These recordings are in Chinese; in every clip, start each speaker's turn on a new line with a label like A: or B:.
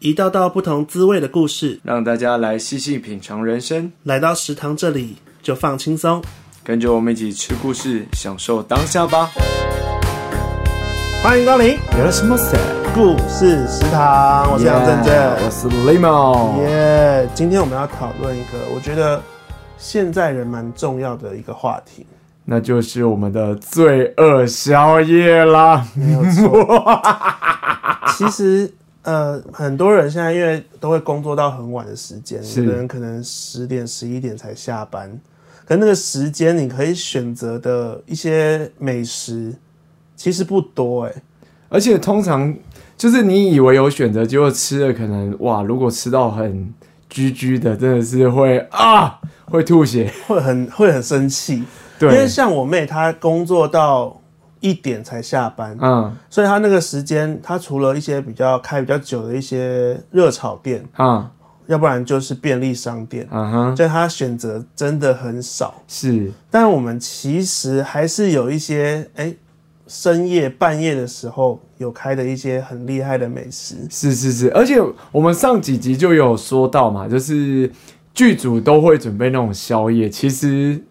A: 一道道不同滋味的故事，
B: 让大家来细细品尝人生，
A: 来到食堂这里就放轻松。
B: 跟着我们一起吃故事，享受当下吧。
A: 欢迎光临
B: 有什么事？
A: 故事食堂，我是杨正
B: 我
A: 正。
B: 是 Limo。
A: 耶今天我们要讨论一个我觉得现在人蛮重要的一个话题，
B: 那就是我们的罪恶宵夜啦。
A: 没有错。 其实呃，很多人现在因为都会工作到很晚的时间，
B: 是
A: 有的人可能十点、十一点才下班。可那个时间，你可以选择的一些美食其实不多哎、
B: 而且通常就是你以为有选择，结果吃的可能哇，如果吃到很居居的，真的是会啊，会吐血。
A: 会很会很生气。因为
B: 对，
A: 像我妹，她工作到一点才下班，
B: 嗯
A: 所以她那个时间，她除了一些比较开比较久的一些热炒店，
B: 啊
A: 要不然就是便利商店，
B: 啊哈，
A: 所以她选择真的很少。
B: 是
A: 但我们其实还是有一些哎、深夜半夜的时候有开的一些很厉害的美食，
B: 是是是，而且我们上几集就有说到嘛，就是剧组都会准备那种宵夜，其实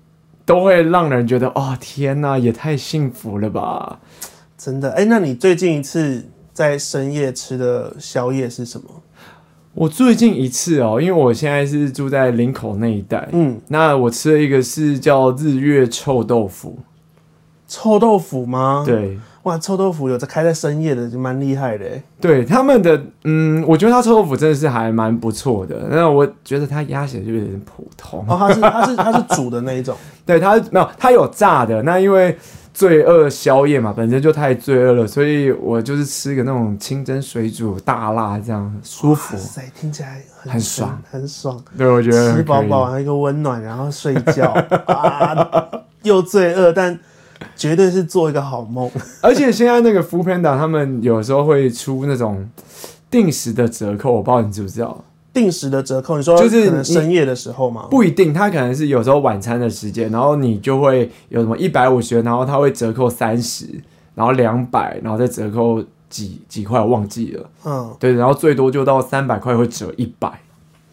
B: 都会让人觉得哦，天呐，也太幸福了吧！
A: 真的哎、那你最近一次在深夜吃的宵夜是什么？
B: 我最近一次哦，因为我现在是住在林口那一带，
A: 嗯，
B: 那我吃了一个是叫日月臭豆腐，
A: 臭豆腐吗？。
B: 对。
A: 哇，臭豆腐有在开在深夜的，就蛮厉害的欸。
B: 对他们的，嗯，我觉得他臭豆腐真的是还蛮不错的。那我觉得他鸭血就有点普通，
A: 哦，它是它是它是煮的那一 种，
B: 对它没有，它有炸的。那因为罪恶宵夜嘛，本身就太罪恶了，所以我就是吃个那种清蒸水煮大辣这样舒服
A: 哇。塞，听起来很
B: 很
A: 香
B: 爽，
A: 很爽，
B: 对，我觉得
A: 吃
B: 很
A: 饱
B: 可以
A: 饱，还有一个温暖，然后睡觉啊，又罪恶，但绝对是做一个好梦。
B: 而且现在那个 Food Panda 他们有时候会出那种定时的折扣，我不知道你知不知道。
A: 定时的折扣，你说
B: 就是
A: 可能
B: 你
A: 深夜的时候嘛，
B: 不一定，它可能是有时候晚餐的时间，然后你就会有什么一百五十元，然后它会折扣三十，然后两百，然后再折扣几几块，我忘记了。
A: 嗯，
B: 对，然后最多就到三百块会折一百。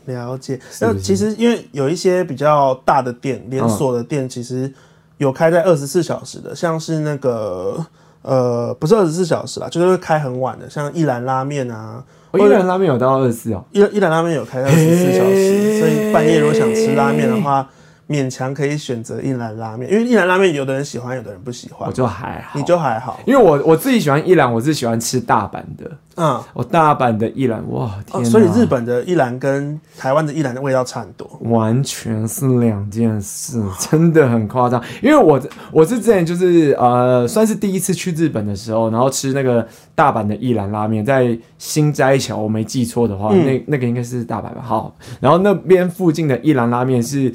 A: 了解。
B: 是嗯
A: 那其实因为有一些比较大的店，连锁的店，其实有开在二十四小时的，像是那个呃，不是二十四小时啦，就是会开很晚的，像一兰拉面啊，
B: 我一人拉面有到二十四哦，
A: 一一兰拉面有开到十四小时，
B: 嘿
A: 所以半夜如果想吃拉面的话，勉强可以选择一兰拉面，因为一兰拉面有的人喜欢，有的人不喜欢
B: 我，就还好。
A: 你就还好，
B: 因为我我自己喜欢一兰，我是喜欢吃大阪的。
A: 嗯。
B: 我大阪的一兰，哇天
A: 哦，
B: 哪、
A: 所以日本的一兰跟台湾的一兰的味道差很多。
B: 完全是两件事，真的很夸张。因为我 我是之前就是呃，算是第一次去日本的时候，然后吃那个大阪的一兰拉面，在新斋桥，我没记错的话，
A: 嗯
B: 那那个应该是大阪吧。好，然后那边附近的一兰拉面是。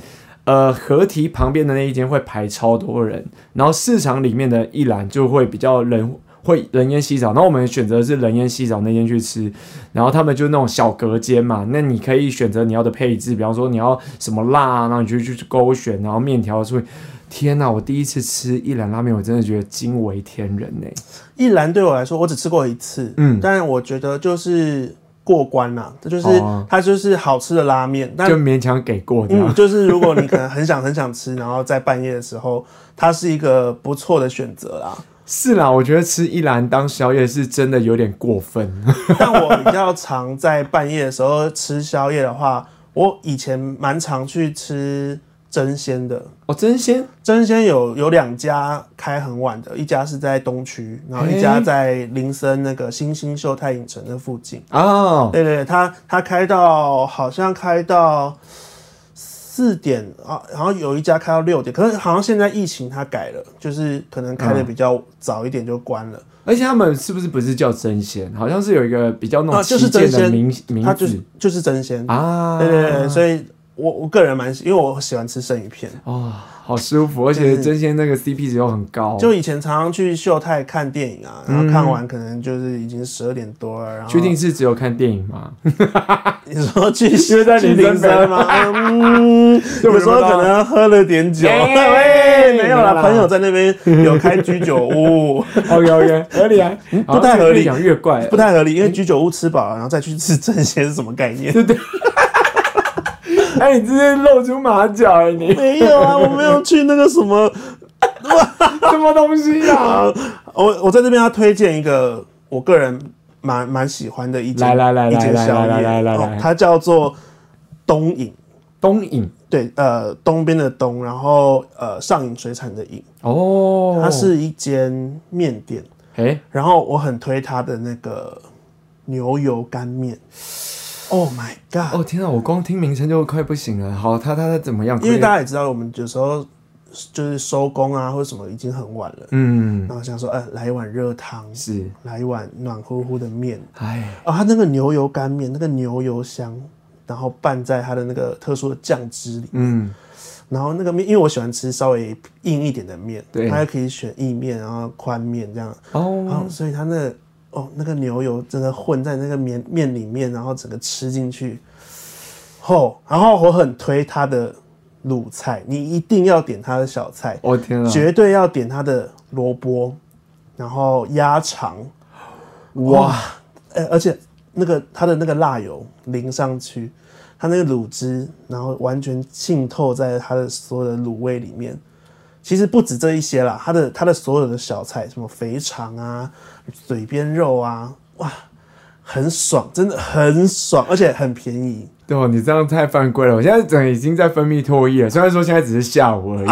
B: 呃，合体旁边的那一间会排超多人，然后市场里面的一栏就会比较人会人烟稀少，然后我们选择是人烟稀少那间去吃，然后他们就那种小隔间嘛，那你可以选择你要的配置，比方说你要什么辣啊，然后你就去勾选，然后面条所以天哪，我第一次吃一兰拉面，我真的觉得惊为天人呢、
A: 一兰对我来说，我只吃过一次，
B: 嗯
A: 但我觉得就是过关啦，这就是、
B: 哦
A: 它就是好吃的拉面，但
B: 就勉强给过这样。
A: 啊嗯，就是如果你可能很想很想吃，然后在半夜的时候，它是一个不错的选择啦。
B: 是啦，我觉得吃一兰当宵夜是真的有点过分。
A: 但我比较常在半夜的时候吃宵夜的话，我以前蛮常去吃真鲜的。
B: 哦，真鲜
A: 真鲜有有两家开很晚的，一家是在东区，然后一家在林森那个新兴秀泰影城的附近。
B: 哦，
A: 对对，对他他开到好像开到四点啊，然后有一家开到六点，可是好像现在疫情他改了，就是可能
B: 嗯
A: 开的比较早一点就关了。
B: 而且他们是不是不是叫真鲜？好像是有一个比较那
A: 啊就
B: 种旗
A: 是真
B: 舰的
A: 鲜
B: 名、名字
A: 他就是就是真鲜，
B: 啊。
A: 对对对，所以我我个人蛮喜，因为我喜欢吃生鱼片。
B: 哦，好舒服，而且真鲜那个 CP 值又很高，
A: 就以前常常去秀泰看电影啊，然后看完可能就是已经十二点多了，然后
B: 嗯确定是只有看电影吗？
A: 你说去
B: 因为在
A: 去
B: 林森
A: 林森 吗？嗯，有时候
B: 啊
A: 可能喝了点酒，
B: 哎
A: 喂，没有啦，朋友在那边有开居酒 屋，
B: OK OK，合理啊，
A: 嗯不太合理
B: 越讲越怪，
A: 不太合理，因为居酒屋吃饱了，然后再去吃正鲜是什么概念？
B: 哎，你直接露出马脚哎， 你
A: 没有啊，我没有去那个什么，
B: 什么东西啊？
A: 我我在这边要推荐一个我个人蛮蛮喜欢的一间
B: 来来来
A: 一间
B: 来来
A: 宵
B: 来
A: 夜，
B: 来来
A: 哦
B: 来
A: 它叫做东影。
B: 东影
A: 对，呃，东边的东，然后呃，上影水产的影，
B: 哦，
A: 它是一间面店，
B: 哎，
A: 然后我很推它的那个牛油干面。Oh my god！、
B: 哦天啊，我光听名称就快不行了。好，他他他怎么样？
A: 因为大家也知道，我们有时候就是收工啊，或者什么已经很晚了，
B: 嗯
A: 然后想说，呃，来一碗热汤，
B: 是，
A: 来一碗暖乎乎的面。
B: 哎，
A: 啊、它那个牛油干面，那个牛油香，然后拌在它的那个特殊的酱汁里，
B: 嗯
A: 然后那个面，因为我喜欢吃稍微硬一点的面，
B: 对
A: 它还可以选意面，然后宽面这样，然
B: 哦
A: 后所以它那个哦那个牛油真的混在那个面面里面，然后整个吃进去，哦，然后我很推它的卤菜，你一定要点它的小菜，
B: 哦天啊，
A: 绝对要点它的萝卜，然后鸭肠，
B: 哇
A: 呃，而且那个它的那个辣油淋上去，它那个卤汁，然后完全浸透在它的所有的卤味里面。其实不止这一些啦，它的它的所有的小菜，什么肥肠啊、嘴边肉啊，哇，很爽，真的很爽，而且很便宜。
B: 对哦，你这样太犯规了。我现在整已经在分泌唾液了，虽然说现在只是下午 而已。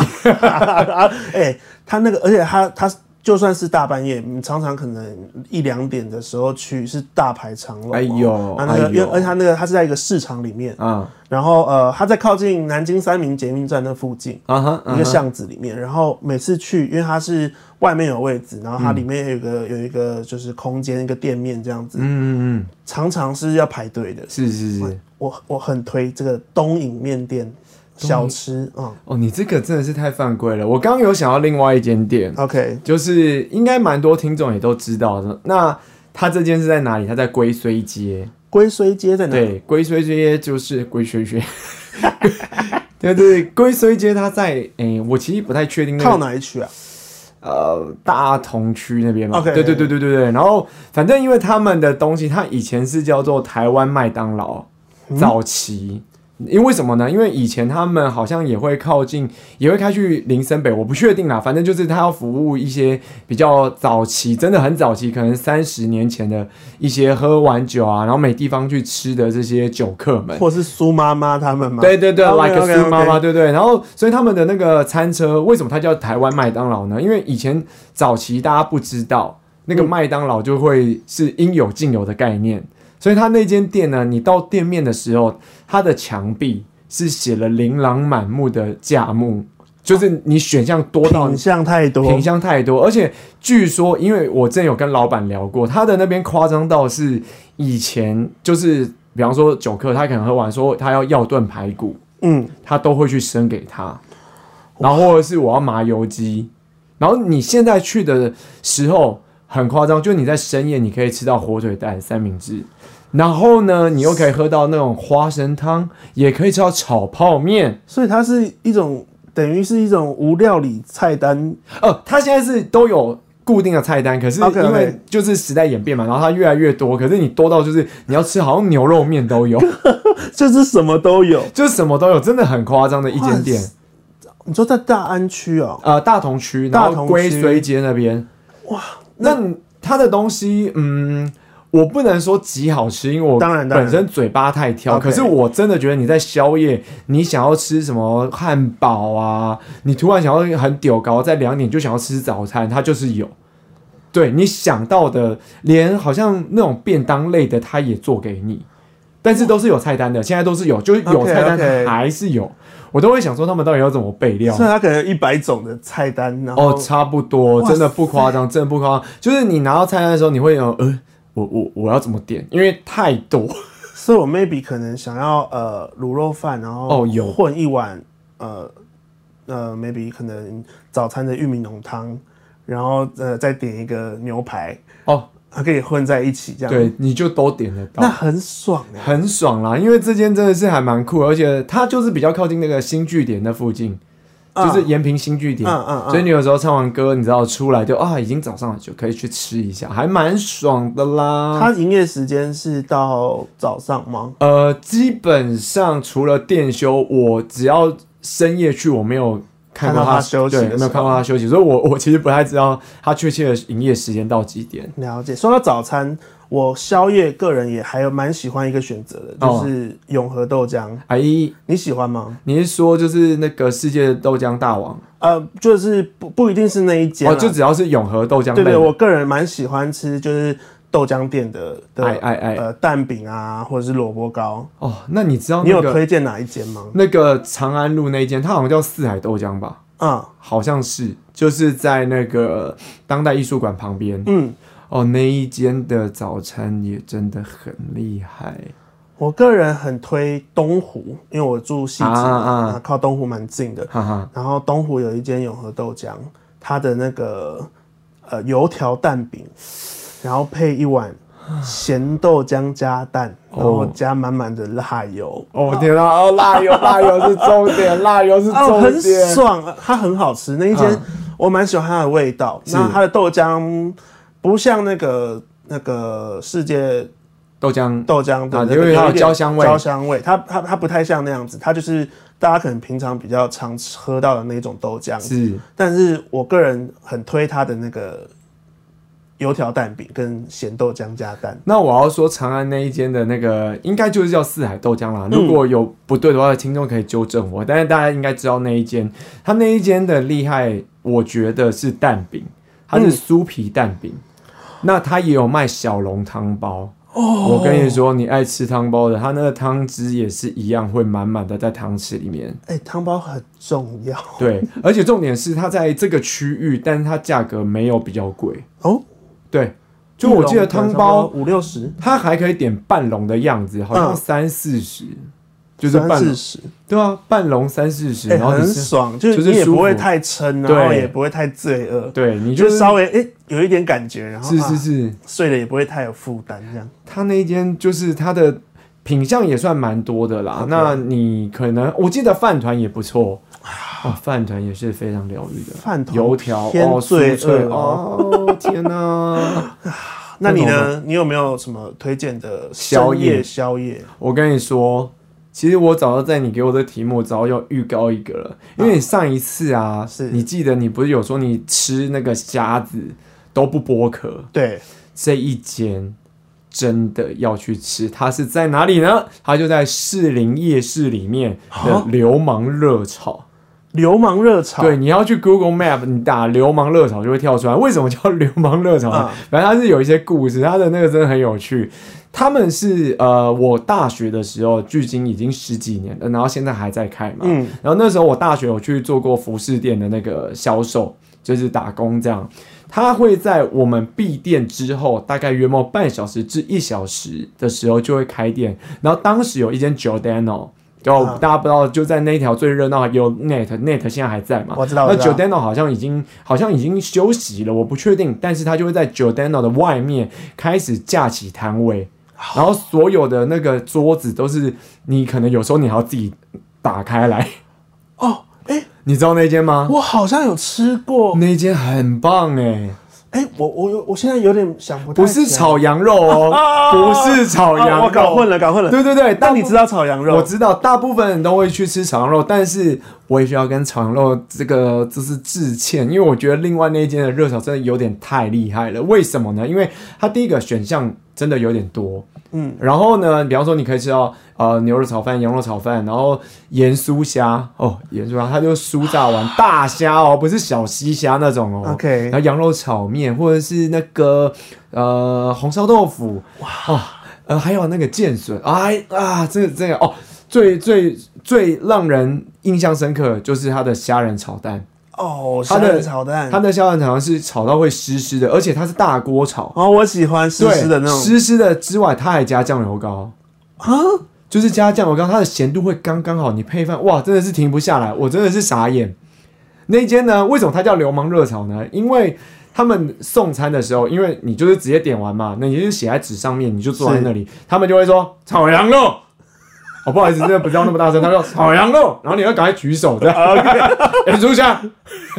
A: 哎、它那个，而且它它就算是大半夜，你常常可能一两点的时候去是大排长龙哦、
B: 哎呦
A: 它那个，
B: 哎呦
A: 因为而且它那个它是在一个市场里面，
B: 啊
A: 然后呃，它在靠近南京三明捷运站那附近
B: 啊哈，啊
A: 一个
B: 哈
A: 巷子里面。然后每次去，因为它是外面有位置，然后它里面有一个、有一个就是空间一个店面这样子，
B: 嗯嗯嗯嗯，
A: 常常是要排队的。
B: 是是是。
A: 我我很推这个东影面店小吃啊、
B: 哦，你这个真的是太犯规了。我刚刚有想到另外一间店
A: 嗯、，，OK，
B: 就是应该蛮多听众也都知道的。那它这间是在哪里？它在龟虽街。
A: 龟虽街在哪？
B: 对，龟虽街就是龟虽街。 对对，龟虽街它在诶、我其实不太确定那个
A: 靠哪一区啊？
B: 呃大同区那边嘛。
A: OK
B: 对对对对对对。然后反正因为他们的东西，它以前是叫做台湾麦当劳，早期。因为什么呢？因为以前他们好像也会靠近，也会开去林森北，我不确定啦。反正就是他要服务一些比较早期，真的很早期，可能三十年前的一些喝完酒啊，然后没地方去吃的这些酒客们。
A: 或是苏妈妈他们吗？哦
B: 对对对
A: OK，
B: ，like a
A: OK，
B: soup 妈
A: OK
B: 妈，对对。然后，所以他们的那个餐车为什么它叫台湾麦当劳呢？因为以前早期大家不知道，
A: 嗯
B: 那个麦当劳就会是应有尽有的概念，所以它那间店呢，你到店面的时候，它的墙壁是写了琳琅满目的价目，就是你选项多到
A: 品相太多
B: 品，相太多，而且据说，因为我之前有跟老板聊过，他的那边夸张到是以前就是，比方说酒客，他可能喝完说他要药炖排骨，
A: 嗯，
B: 他都会去生给他，然后或者是我要麻油鸡，然后你现在去的时候很夸张，就你在深夜你可以吃到火腿蛋三明治，然后呢，你又可以喝到那种花生汤，也可以吃到炒泡面。
A: 所以它是一种等于是一种无料理菜单
B: 哦，他现在是都有固定的菜单，可是
A: OK，OK
B: 因为就是时代演变嘛，然后它越来越多，可是你多到就是你要吃好像牛肉面都有，
A: 就是什么都有。
B: 就是什么都有，真的很夸张的一间店。
A: 你说在大安区哦，
B: 呃，大同区，然
A: 大
B: 后
A: 同
B: 龟
A: 区
B: 虽街那边，哇，那它的东西，嗯。我不能说极好吃，因为我
A: 当然当然
B: 本身嘴巴太挑。
A: OK
B: 可是我真的觉得你在宵夜，你想要吃什么汉堡啊，你突然想要很屌高，在两点就想要吃早餐，它就是有。对你想到的，连好像那种便当类的，它也做给你，但是都是有菜单的，现在都是有，就是有
A: OK，
B: 菜单
A: OK
B: 还是有。我都会想说他们到底要怎么备料。
A: 所以它可能有一百种的菜单，然后
B: 哦，差不多，
A: 哇
B: 真的不夸张，真的不夸张。就是你拿到菜单的时候，你会有呃，我我我要怎么点？因为太多，
A: 所以我 maybe 可能想要呃卤肉饭，然后
B: 哦有
A: 混一碗呃呃 maybe 可能早餐的玉米浓汤，然后呃再点一个牛排，
B: 哦，
A: 它可以混在一起这样，，
B: 对，你就都点得到
A: 那。很爽哎、
B: 很爽啦，因为这间真的是还蛮酷的，而且它就是比较靠近那个新据点那附近，
A: 啊
B: 就是延平新据点，
A: 嗯嗯嗯
B: 所以你有时候唱完歌，你知道出来就啊，已经早上了，就可以去吃一下，还蛮爽的啦。
A: 它营业时间是到早上吗？
B: 呃，基本上除了店休，我只要深夜去，我没有看
A: 看
B: 过
A: 到
B: 他
A: 他休息的
B: 对
A: 时候
B: 没有看过他休息，所以我我 其实不太知道他确切的营业时间到几点。
A: 了解。说到早餐，我宵夜个人也还有蛮喜欢一个选择的，
B: 哦
A: 就是永和豆浆，
B: 阿姨，
A: 你喜欢吗？
B: 你是说就是那个世界豆浆大王
A: 呃，就是不不一定是那一间啦、
B: 哦？就只要是永和豆浆类
A: 啊对对，
B: 的，
A: 我个人蛮喜欢吃就是豆浆店的的
B: 哎哎哎
A: 呃蛋饼啊，或者是萝卜糕。
B: 哦，那你知道
A: 你有
B: 那个
A: 推荐哪一间吗？
B: 那个长安路那一间，它好像叫四海豆浆吧？
A: 啊，
B: 好像是，就是在那个当代艺术馆旁边。
A: 嗯，
B: 哦，那一间的早餐也真的很厉害。
A: 我个人很推东湖，因为我住西子嘛，
B: 啊啊
A: 啊靠东湖蛮近的。
B: 哈哈，
A: 然后东湖有一间永和豆浆，它的那个呃油条蛋饼，然后配一碗咸豆浆加蛋，
B: 哦
A: 然后加满满的辣油，
B: 哦天啊，哦 辣油，辣油是重点，辣油是
A: 哦，
B: 重
A: 很
B: 点。
A: 爽，它很好吃。那一间
B: 嗯
A: 我蛮喜欢它的味道，
B: 是
A: 那它的豆浆不像那个那个世界
B: 豆浆
A: 豆浆的
B: 啊
A: 那个，
B: 因为它有
A: 一点
B: 焦香味
A: 焦香味，它它它不太像那样子，它就是大家可能平常比较常喝到的那种豆浆。
B: 是
A: 但是我个人很推它的那个油条蛋饼跟咸豆浆加蛋。
B: 那我要说长安那一间的那个，应该就是叫四海豆浆
A: 嗯
B: 啦。如果有不对的话，听众可以纠正我。但是大家应该知道那一间，它那一间的厉害，我觉得是蛋饼，
A: 嗯
B: 它是酥皮蛋饼。那它也有卖小笼汤包。哦，我跟你说，你爱吃汤包的，它那个汤汁也是一样，会满满的在汤匙里面。
A: 哎、汤包很重要
B: 对，而且重点是它在这个区域，但是它价格没有比较贵。
A: 哦。
B: 对，就我记得汤包
A: 五六十，
B: 它还可以点半笼的样子，好像
A: 嗯
B: 三四十，就是半
A: 三四十，
B: 对啊，半笼三四十，
A: 哎、
B: 然后你
A: 很
B: 是
A: 爽，就
B: 就是
A: 是你也
B: 舒
A: 不会
B: 服
A: 太撑，然后
B: 对
A: 也不会太罪恶，
B: 对，你
A: 你
B: 就
A: 就是稍微哎、有一点感觉，然后
B: 是是
A: 啊、
B: 是，
A: 睡了也不会太有负担，这样
B: 它那一间就是它的品相也算蛮多的啦。
A: OK 哎
B: 那你可能我记得饭团也不错啊，饭团也是非常疗愈的，
A: 饭啊团
B: 油条
A: 偏
B: 哦，酥
A: 罪
B: 脆
A: 恶
B: 哦，天哪、
A: 那
B: 那
A: 你
B: 怎么
A: 呢？你有没有什么推荐的
B: 宵夜
A: 深宵夜？
B: 我跟你说，其实我早就在你给我的题目早就预告一个了，因为你上一次啊，
A: 是
B: 你记得你不是有说你吃那个虾子都不剥壳，
A: 对，
B: 这一间真的要去吃，它是在哪里呢？它就在士林夜市里面的
A: 啊
B: 流氓热炒。
A: 流氓热炒，
B: 对，你要去 Google Map，你打“流氓热炒”就会跳出来。为什么叫流氓热炒呢？
A: 嗯
B: 反正它是有一些故事，它的那个真的很有趣。他们是呃，我大学的时候，距今已经十几年了，然后现在还在开嘛。
A: 嗯，
B: 然后那时候我大学有去做过服饰店的那个销售，就是打工这样。他会在我们闭店之后，大概约莫半小时至一小时的时候就会开店。然后当时有一间 Giordano，就
A: 啊
B: 大家不知道，就在那一条最热闹有 Net Net 现在还在嘛？
A: 我知道，
B: 那
A: 我知道。
B: Giordano 好像已经好像已经休息了，我不确定，但是他就会在 Giordano 的外面开始架起摊位，然后所有的那个桌子都是你可能有时候你还要自己打开来，
A: 哦，哎、
B: 你知道那间吗？
A: 我好像有吃过，
B: 那间很棒哎、
A: 哎、我我有，我现在有点想不太
B: 不是
A: 起来
B: 炒羊肉 哦，
A: 啊
B: 不是炒羊肉，
A: 啊我搞混了，搞混了。
B: 对对对，
A: 但
B: 部
A: 你知道炒羊
B: 我
A: 肉？
B: 知道大部分人都会去吃炒羊肉，但是我也需要跟炒羊肉这个就是致歉，因为我觉得另外那一间的热炒真的有点太厉害了。为什么呢？因为它第一个选项真的有点多，
A: 嗯，
B: 然后呢，比方说你可以吃到呃牛肉炒饭、羊肉炒饭，然后盐酥虾哦，盐酥虾它就酥炸完大虾哦，不是小西虾那种哦。
A: OK
B: 然后羊肉炒面或者是那个呃红烧豆腐哇、哦，呃还有那个剑笋，哎啊，这个这个哦，最最最让人印象深刻就是它的虾仁炒蛋，
A: 哦，
B: 它
A: 虾
B: 的
A: 仁炒蛋
B: 它。的虾仁炒蛋是炒到会湿湿的，而且它是大锅炒。
A: 哦，我喜欢湿
B: 对
A: 湿的那种。啊
B: 湿湿的之外，它还加酱油膏。就是加酱油膏，它的咸度会刚刚好，你配饭哇，真的是停不下来，我真的是傻眼。那间呢，为什么它叫流氓热炒呢？因为他们送餐的时候，因为你就是直接点完嘛，那你就是写在纸上面，你就坐在那里，他们就会说炒羊肉。哦，不好意思，真的不要那么大声。他说炒羊肉，然后你要赶快举手， 这样。
A: 啊
B: 哎，朱夏，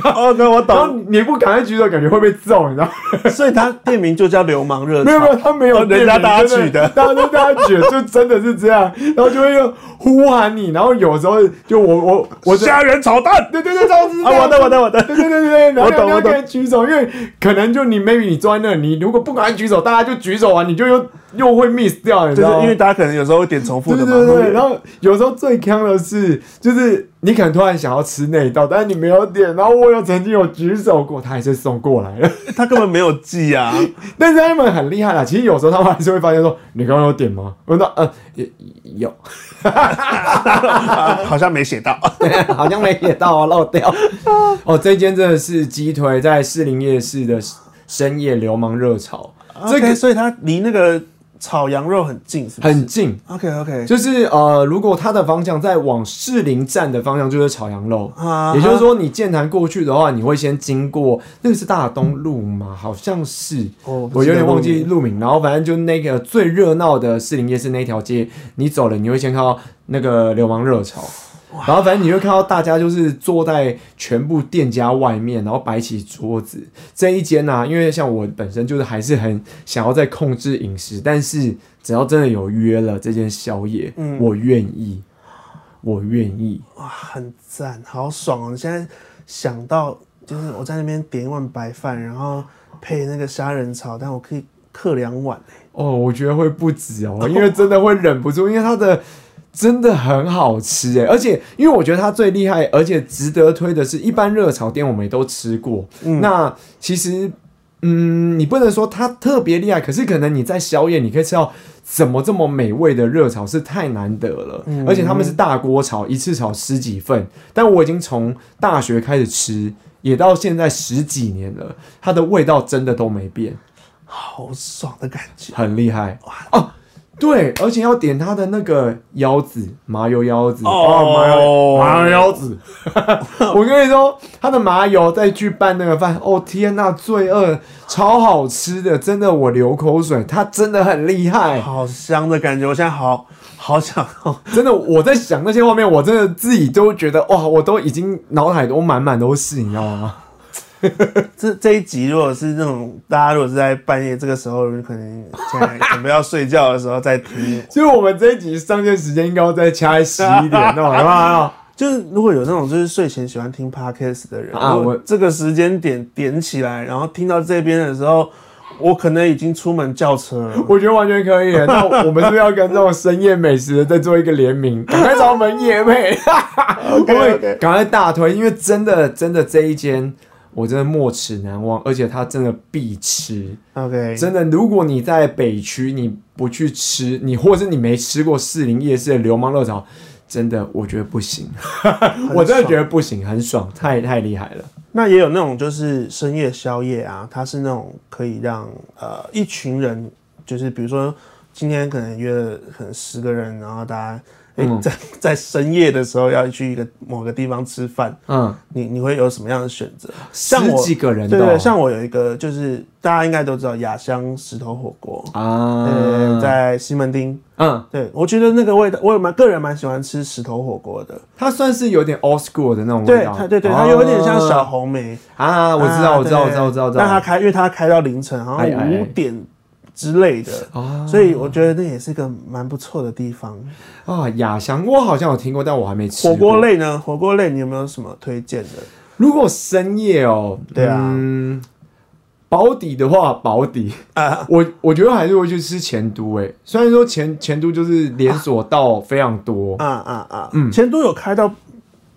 A: 哦，那我
B: 然后。你不赶快举手，感觉会被揍，你知道吗？
A: 所以他店名就叫流氓热
B: 没有没有，
A: 炒，
B: 他没有
A: 哦人家大家取的
B: 大家都大家取的，就真的是这样，然后就会用呼喊你，然后有时候就我我我对
A: 虾仁炒蛋。
B: 对对，超知
A: 啊，我的我的我的，
B: 对对对对，然后
A: 我懂
B: 你要
A: 我懂
B: 可以举手，因为可能就你 maybe 你坐在那，你如果不赶快举手，大家就举手啊，你就又又会 miss 掉，你知
A: 就是
B: 道吗？
A: 因为大家可能有时候会点重复
B: 对
A: 的
B: 对
A: 嘛，
B: 对
A: 会
B: 对，然后有时候最坑的是，就是你可能突然想要吃那一道，但是你没有点，然后我有曾经有举手过，他还是送过来了。
A: 他根本没有记 啊，
B: 但是他们很厉害啦，其实有时候他们还是会发现说，你刚刚有点吗？我说呃也有，
A: 啊好像没写到。
B: 好像没写到啊，漏掉。 哦，这间真的是鸡腿在士林夜市的深夜流氓热潮，这
A: 这
B: 个
A: 个，所以它离那个炒羊肉很近，是不是？
B: 很近。
A: OK OK，
B: 就是呃，如果它的方向在往士林站的方向，就是炒羊肉。
A: 啊
B: 也就是说，你剑潭过去的话，你会先经过那个是大东路嘛，好像是，
A: 哦
B: 我有点忘记
A: 不
B: 路名。然后反正就那个最热闹的士林夜市那条街，你走了，你会先看到那个流氓热潮。然后反正你会看到大家就是坐在全部店家外面，然后摆起桌子。这一间呢、因为像我本身就是还是很想要在控制饮食，但是只要真的有约了这间宵夜，
A: 嗯
B: 我愿意，我愿意。
A: 哇，很赞，好爽哦！你现在想到就是我在那边点一碗白饭，然后配那个虾仁炒蛋，我可以克两碗欸
B: 哦，我觉得会不止哦，因为真的会忍不住，因为它的真的很好吃哎，而且因为我觉得它最厉害，而且值得推的是，一般热炒店我们也都吃过，那其实。嗯，你不能说它特别厉害，可是可能你在宵夜，你可以吃到怎么这么美味的热炒是太难得了，而且他们是大锅炒，一次炒十几份。但我已经从大学开始吃，也到现在十几年了，它的味道真的都没变。
A: 好爽的感觉。
B: 很厉害哦。对，而且要点它的那个腰子，麻油腰子
A: 哦
B: 麻油麻油腰子。我跟你说，它的麻油再去拌那个饭，哦天呐、罪恶超好吃的，真的我流口水，它真的很厉害，
A: 好香的感觉，我现在好好想哦，
B: 真的我在想那些画面，我真的自己都觉得哇，我都已经脑海都满满都是，你知道吗？
A: 这这一集如果是那种大家如果是在半夜这个时候，可能现在准备要睡觉的时候再听，
B: 所以我们这一集上线时间应该要再掐在十一点，那好不好？
A: 就是如果有那种就是睡前喜欢听 podcast 的人，
B: 啊
A: 如果
B: 我
A: 这个时间点点起来，然后听到这边的时候，我可能已经出门叫车了。
B: 我觉得完全可以耶。那我们是不是要跟这种深夜美食的再做一个 联名，赶快找我们夜配，
A: OK OK，
B: 赶快大推，因为真的真的这一间。我真的莫齿难忘，而且它真的必吃。
A: OK，
B: 真的，如果你在北区你不去吃，你或者是你没吃过士林夜市的流氓热炒，真的我觉得不行，我真的觉得不行，很爽，太太厉害了。
A: 那也有那种就是深夜宵夜啊，它是那种可以让呃一群人，就是比如说今天可能约了可能十个人，然后大家。诶
B: 嗯
A: 在 在深夜的时候要去一个某个地方吃饭，
B: 嗯，
A: 你你会有什么样的选择？
B: 十
A: 像我
B: 几个人
A: 对
B: 的哦
A: 对，像我有一个就是大家应该都知道雅香石头火锅，呃，
B: 啊，
A: 在西门町。
B: 嗯，
A: 对，我觉得那个味道，我也蛮个人蛮喜欢吃石头火锅的。
B: 它算是有点 old school 的那种味
A: 对，
B: 道，
A: 它对对，
B: 哦
A: 它有点像小红梅。
B: 啊，我知
A: 啊
B: 道，我知道，
A: 对
B: 我知道，我知道，我知
A: 但它
B: 道。
A: 开，因为它开到凌晨，好像
B: 哎哎哎
A: 五点之类的，
B: 啊
A: 所以我觉得那也是个蛮不错的地方。
B: 啊，雅香，我好像有听过，但我还没吃
A: 火锅
B: 过。
A: 类呢？火锅类你有没有什么推荐的？
B: 如果深夜哦，
A: 对啊
B: 嗯，保底的话，保底啊，我我觉得还是会去吃前都诶。虽然说前前都就是连锁到非常多，
A: 啊啊啊！
B: 嗯
A: 前都有开到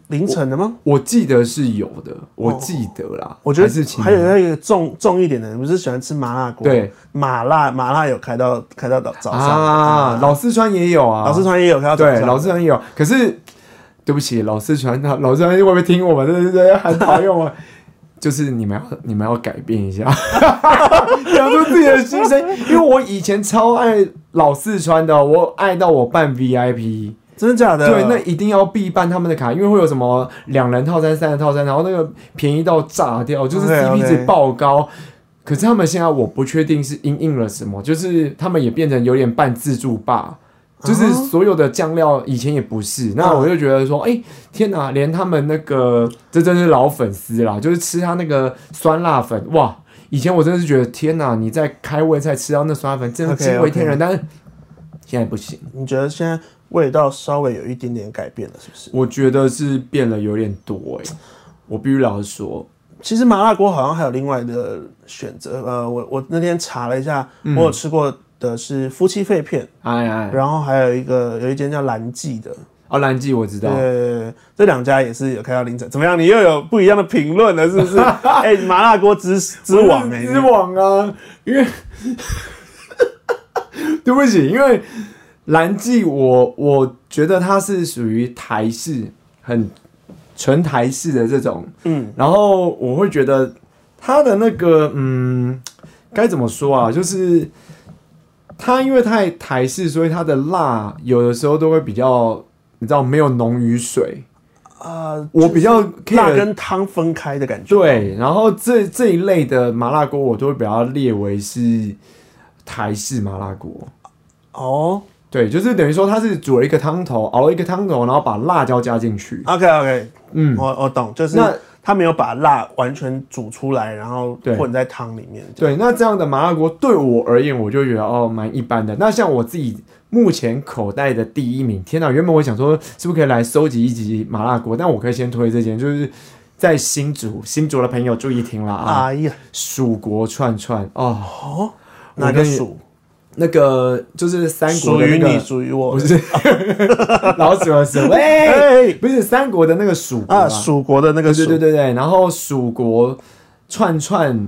A: 凌晨的吗？
B: 我记得是有的，我记得啦。
A: 哦我觉得
B: 还是前
A: 还有那个重重一点的，你不是喜欢吃麻辣锅？
B: 对，
A: 麻辣麻辣有开到开到早早上
B: 啊，老四川也有啊，
A: 老四川也有开到早
B: 对，
A: 上。
B: 老四川也有，可是对不起，老四川他老四川会不会听我们？对对对，很讨厌我。 就是你们要你们要改变一下， 讲出自己的心声，因为我以前超爱老四川的，我爱到我办 VIP，
A: 真的假的？
B: 对，那一定要必办他们的卡，因为会有什么两人套餐、三人套餐，然后那个便宜到炸掉，就是
A: OK，OK
B: CP 值爆高。可是他们现在我不确定是因应了什么，就是他们也变成有点半自助吧，
A: 啊
B: 就是所有的酱料以前也不是。那我就觉得说，哎、天哪，连他们那个这真是老粉丝啦，就是吃他那个酸辣粉，哇！以前我真的是觉得天哪，你在开胃菜吃到那酸辣粉，真的
A: OK，
B: 惊为天人但是现在不行。
A: 你觉得现在味道稍微有一点点改变了，是不是？
B: 我觉得是变了有点多哎、我必须老实说，
A: 其实麻辣锅好像还有另外的选择，呃，我我那天查了一下，
B: 嗯
A: 我有吃过的是夫妻肺片，
B: 哎哎，
A: 然后还有一个有一间叫蓝记的，
B: 奥兰记哦我知道，
A: 对，这两家也是有开到凌晨。怎么样？你又有不一样的评论了，是 不是？哎、麻辣锅之之王哎、
B: 知网啊，因为 对不起，因为兰记我我觉得它是属于台式很纯台式的这种，
A: 嗯，
B: 然后我会觉得它的那个嗯该怎么说啊，就是。它因为太台式，所以它的辣有的时候都会比较，你知道没有浓于水，
A: 啊、
B: 我比较 care
A: 辣跟汤分开的感觉。
B: 对，然后这这一类的麻辣锅，我都会把它列为是台式麻辣锅。
A: 哦
B: 对，就是等于说它是煮了一个汤头，熬了一个汤头，然后把辣椒加进去。
A: ，OK OK，
B: 嗯，
A: 我我懂，就是
B: 那
A: 他没有把辣完全煮出来，然后
B: 对
A: 混在汤里面。
B: 对，那这样的麻辣锅对我而言，我就觉得哦蛮一般的。那像我自己目前口袋的第一名，天哪！原本我想说是不是可以来收集一集麻辣锅，但我可以先推这间，就是在新竹，新竹的朋友注意听了啊，
A: 哎呀，
B: 蜀国串串哦，
A: 哦，
B: 我
A: 哪个
B: 跟你
A: 属？
B: 那个就是三国
A: 属
B: 的那
A: 于
B: 个
A: 你，属于我
B: 不。是 老鼠的鼠，喂，
A: 哎
B: 不是三国的那个蜀国
A: 啊，
B: 啊，
A: 蜀国的那个
B: 对对
A: 蜀
B: 对对对，然后蜀国串串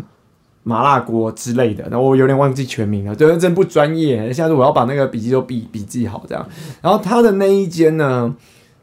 B: 麻辣锅之类的，然后我有点忘记全名了，对，真不专业，下次我要把那个笔记都笔笔记好这样。然后他的那一间呢？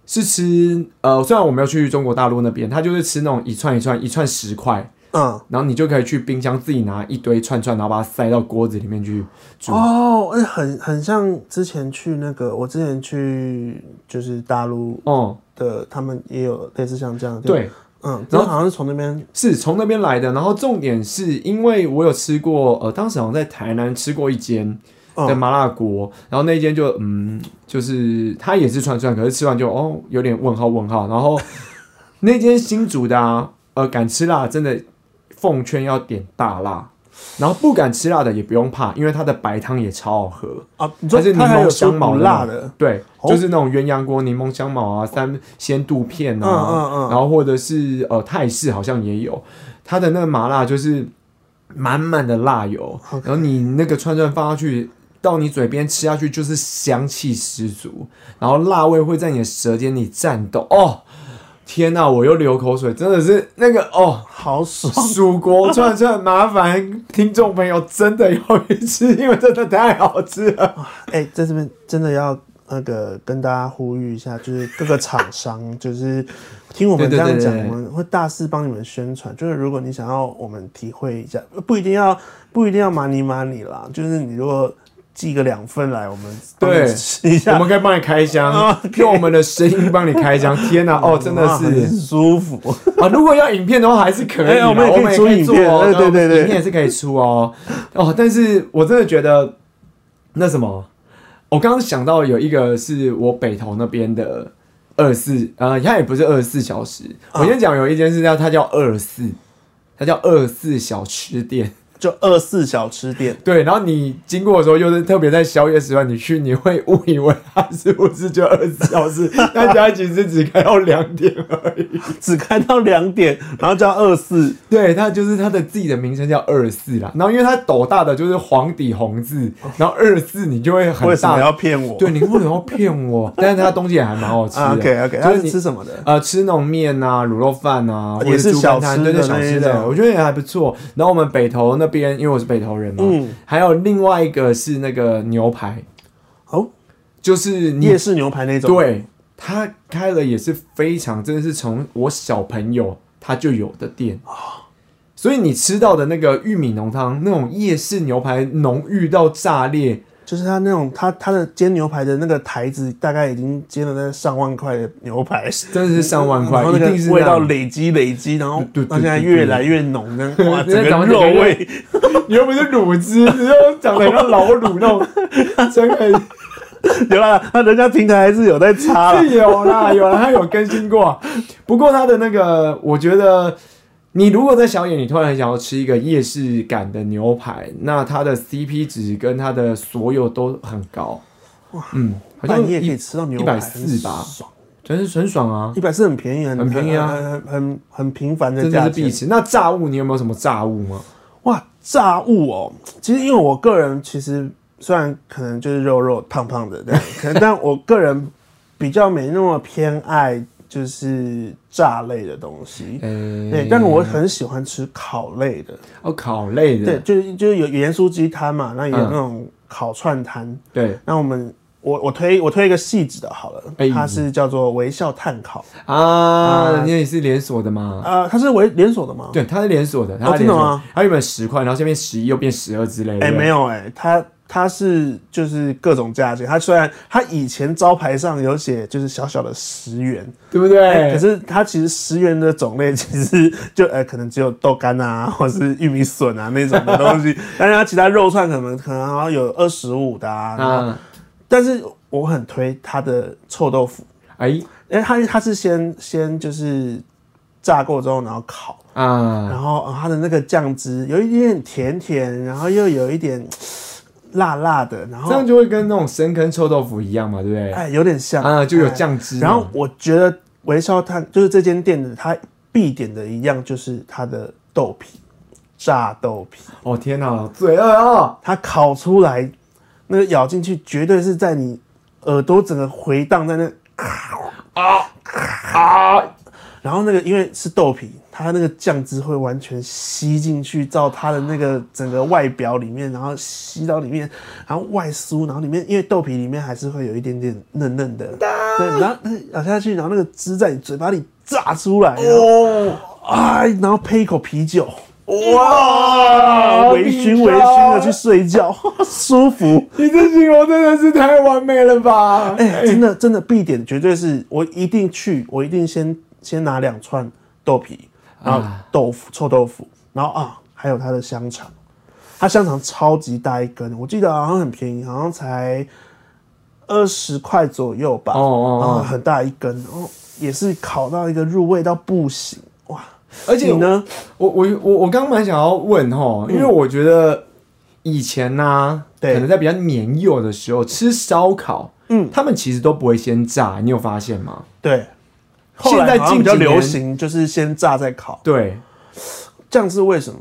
B: 是吃呃，虽然我没有去中国大陆那边，他就是吃那种一串一串一串十块，
A: 嗯，
B: 然后你就可以去冰箱自己拿一堆串串，然后把它塞到锅子里面去煮。
A: 哦，哎，很很像之前去那个，我之前去就是大陆
B: 哦、
A: 的，他们也有类似像这样的。，
B: 对，
A: 嗯，然
B: 然
A: 后好像是从那边
B: 是从那边来的。然后重点是因为我有吃过，呃，当时好像在台南吃过一间
A: 嗯
B: 的麻辣锅，然后那间就嗯，就是它也是串串，可是吃完就哦有点问号问号。然后那间新煮的啊，呃，敢吃辣真的奉劝要点大辣。然后不敢吃辣的也不用怕，因为它的白汤也超好喝。
A: 啊，你说
B: 还是柠
A: 它还有
B: 檬香
A: 出
B: 茅
A: 不
B: 的
A: 辣
B: 那
A: 的，
B: 对，
A: 哦
B: 就是那种鸳鸯锅、柠檬香茅啊、三鲜肚片
A: 嗯
B: 啊，
A: 嗯嗯，
B: 然后或者是呃泰式好像也有，它的那个麻辣就是满满的辣油
A: OK
B: 然后你那个串串放下去，到你嘴边吃下去就是香气十足，然后辣味会在你的舌尖里颤抖。哦，天呐，我又流口水，真的是那个哦。
A: 好爽。
B: 蜀 国串串，麻烦听众朋友真的要去吃，因为真的太好吃了。
A: 哎，在这边真的要那个跟大家呼吁一下，就是各个厂商，就是听我们这
B: 对对
A: 样
B: 对
A: 讲，
B: 对对
A: 我们会大肆帮你们宣传。就是如果你想要我们体会一下，不一定要不一定要 money money 啦，就是你如果寄个两份来，我们帮你
B: 对
A: 吃一
B: 我
A: 下，
B: 们可以帮你开箱，用我们的声音帮你开 箱。天呐，哦，真的
A: 哇
B: 是
A: 很舒服。
B: 啊，如果要影片的话，还是可以
A: 哎
B: 啦，
A: 我们也可以出影
B: 做
A: 片哎
B: 哦，
A: 对对对对
B: 影片也是可以出哦。哦，但是我真的觉得那什么，我刚刚想到有一个是我北投那边的二四，呃，它也不是二十四小时。
A: 啊
B: 我先讲有一间是叫它叫二四，它叫二四小吃店。
A: 就二四小吃店，
B: 对，然后你经过的时候，又是特别在宵夜时段你去，你会误以为它是不是就二十四 小时，但它其实只开到两点而已。
A: 只开到两点，然后叫二四，
B: 对，它就是它的自己的名称叫二四啦。然后因为它斗大的就是黄底红字，然后二四你就
A: 哦
B: 会
A: 为
B: 很
A: 什么
B: 大。
A: 要骗我？
B: 对，你为什么要骗 我？但是它东西也还蛮好吃的。
A: 啊，OK OK，
B: 就
A: 他
B: 是
A: 是
B: 你
A: 吃什么的？
B: 呃吃那种面啊、卤肉饭啊，或
A: 也
B: 者
A: 是
B: 猪
A: 小
B: 肝
A: 吃
B: 摊，对对
A: 的
B: 小
A: 那一
B: 吃
A: 种
B: 的，我觉得也还不错。然后我们北投那边，因为我是北投人嘛，
A: 嗯
B: 还有另外一个是那个牛排，
A: 哦，
B: 就是你
A: 夜市牛排那种。，
B: 对，他开了也是非常，真的是从我小朋友他就有的店，所以你吃到的那个玉米浓汤，那种夜市牛排浓郁到炸裂，
A: 就是他那种他他的煎牛排的那个台子，大概已经煎了那上万块的牛排，
B: 真的是上万块
A: 然，后
B: 一
A: 那
B: 定是
A: 个
B: 那
A: 味
B: 样
A: 道累积累积，然后
B: 对对对
A: 到现在
B: 对
A: 越来越浓，这样哇，
B: 对
A: 整
B: 然后
A: 个肉
B: 就感觉
A: 味，
B: 你又不是乳汁，你又长得像老乳那 种，真的
A: 有啦，那人家平台还是有在擦啦。
B: 是有啦，有啦，他有更新过。不过他的那个，我觉得你如果在小野，你突然很想要吃一个夜市感的牛排，那它的 CP 值跟它的所有都很高。嗯，好像
A: 半夜可以
B: 一
A: 吃到牛排，
B: 140吧
A: 很爽，
B: 真是很爽啊，
A: 一百四很便宜，很
B: 很便宜啊
A: 很很很很频繁的
B: 真
A: 价
B: 的是必
A: 钱。
B: 吃。那炸物你有没有什么炸物吗？
A: 哇，炸物哦，其实因为我个人其实虽然可能就是肉肉胖胖的这 样，可能但我个人比较没那么偏爱就是炸类的东西。
B: 诶、
A: 对，但是我很喜欢吃烤类的，
B: 哎哦烤类
A: 对，
B: 的，
A: 就是就是有盐酥鸡摊嘛，那也有
B: 嗯
A: 那种烤串摊，
B: 对
A: 那我们我我推我推一个细致的好了
B: 哎，
A: 它是叫做微笑炭烤，
B: 啊，你也是连锁的吗？
A: 呃，它是为连锁的吗？
B: 对，它是连锁的，它是
A: 哦真
B: 连
A: 的
B: 锁的
A: 吗？
B: 它原本十块，然后下面十一又变十二之类的。
A: 哎、
B: 对不啊对
A: 没有哎、它它是就是各种价钱，它虽然它以前招牌上有写就是小小的十元，
B: 对不对？
A: 哎可是它其实十元的种类其实就呃可能只有豆干啊， 或是玉米笋啊那种的东 西，但是它其他肉串可能可能好像有二十五的啊，然后
B: 啊，
A: 但是我很推它的臭豆腐，
B: 哎
A: 因为它它是先先就是炸过之后然后烤。
B: 啊，
A: 然后、呃它的那个酱汁有一点点甜甜，然后又有一点辣辣的，然
B: 这样
A: 后
B: 就会跟那种深坑臭豆腐一样嘛，对不对？
A: 哎有点像
B: 啊，就有
A: 哎
B: 酱汁嘛。
A: 然后我觉得微笑摊就是这间店的它必点的一样就是它的豆皮，炸豆皮，
B: 哦天哪，罪恶啊！
A: 它烤出来那个咬进去绝对是在你耳朵整个回荡在那，
B: 啊，
A: 然后那个因为是豆皮。它那个酱汁会完全吸进去到它的那个整个外表里面，然后吸到里面，然后外酥，然后里面因为豆皮里面还是会有一点点嫩嫩的，对，然后那呃咬下去，然后那个汁在你嘴巴里炸出来，然后
B: 哦
A: 哎，然后配一口啤酒，
B: 哇
A: 微醺微醺的去，睡觉， 舒服。
B: 你这形容真的是太完美了吧？
A: 哎、真的真的必点，绝对是我一定去，我一定先先拿两串豆皮，然后
B: 啊
A: 豆腐、臭豆腐，然后啊，还有它的香肠，它香肠超级大一根，我记得好像很便宜，好像才二十块左右吧，
B: 哦
A: 啊，
B: 哦哦，
A: 很大一根，然后也是烤到一个入味到不行，哇！
B: 而且
A: 你呢？
B: 我我我我刚蛮想要问哈，因为我觉得以前呢、
A: 嗯对
B: 可能在比较年幼的时候吃烧烤，嗯，他们其实都不会先炸，你有发现吗？
A: 对，
B: 现
A: 后
B: 在
A: 来好像
B: 近
A: 比较
B: 几年
A: 流行就是先炸再烤，
B: 对，
A: 这样是为什么？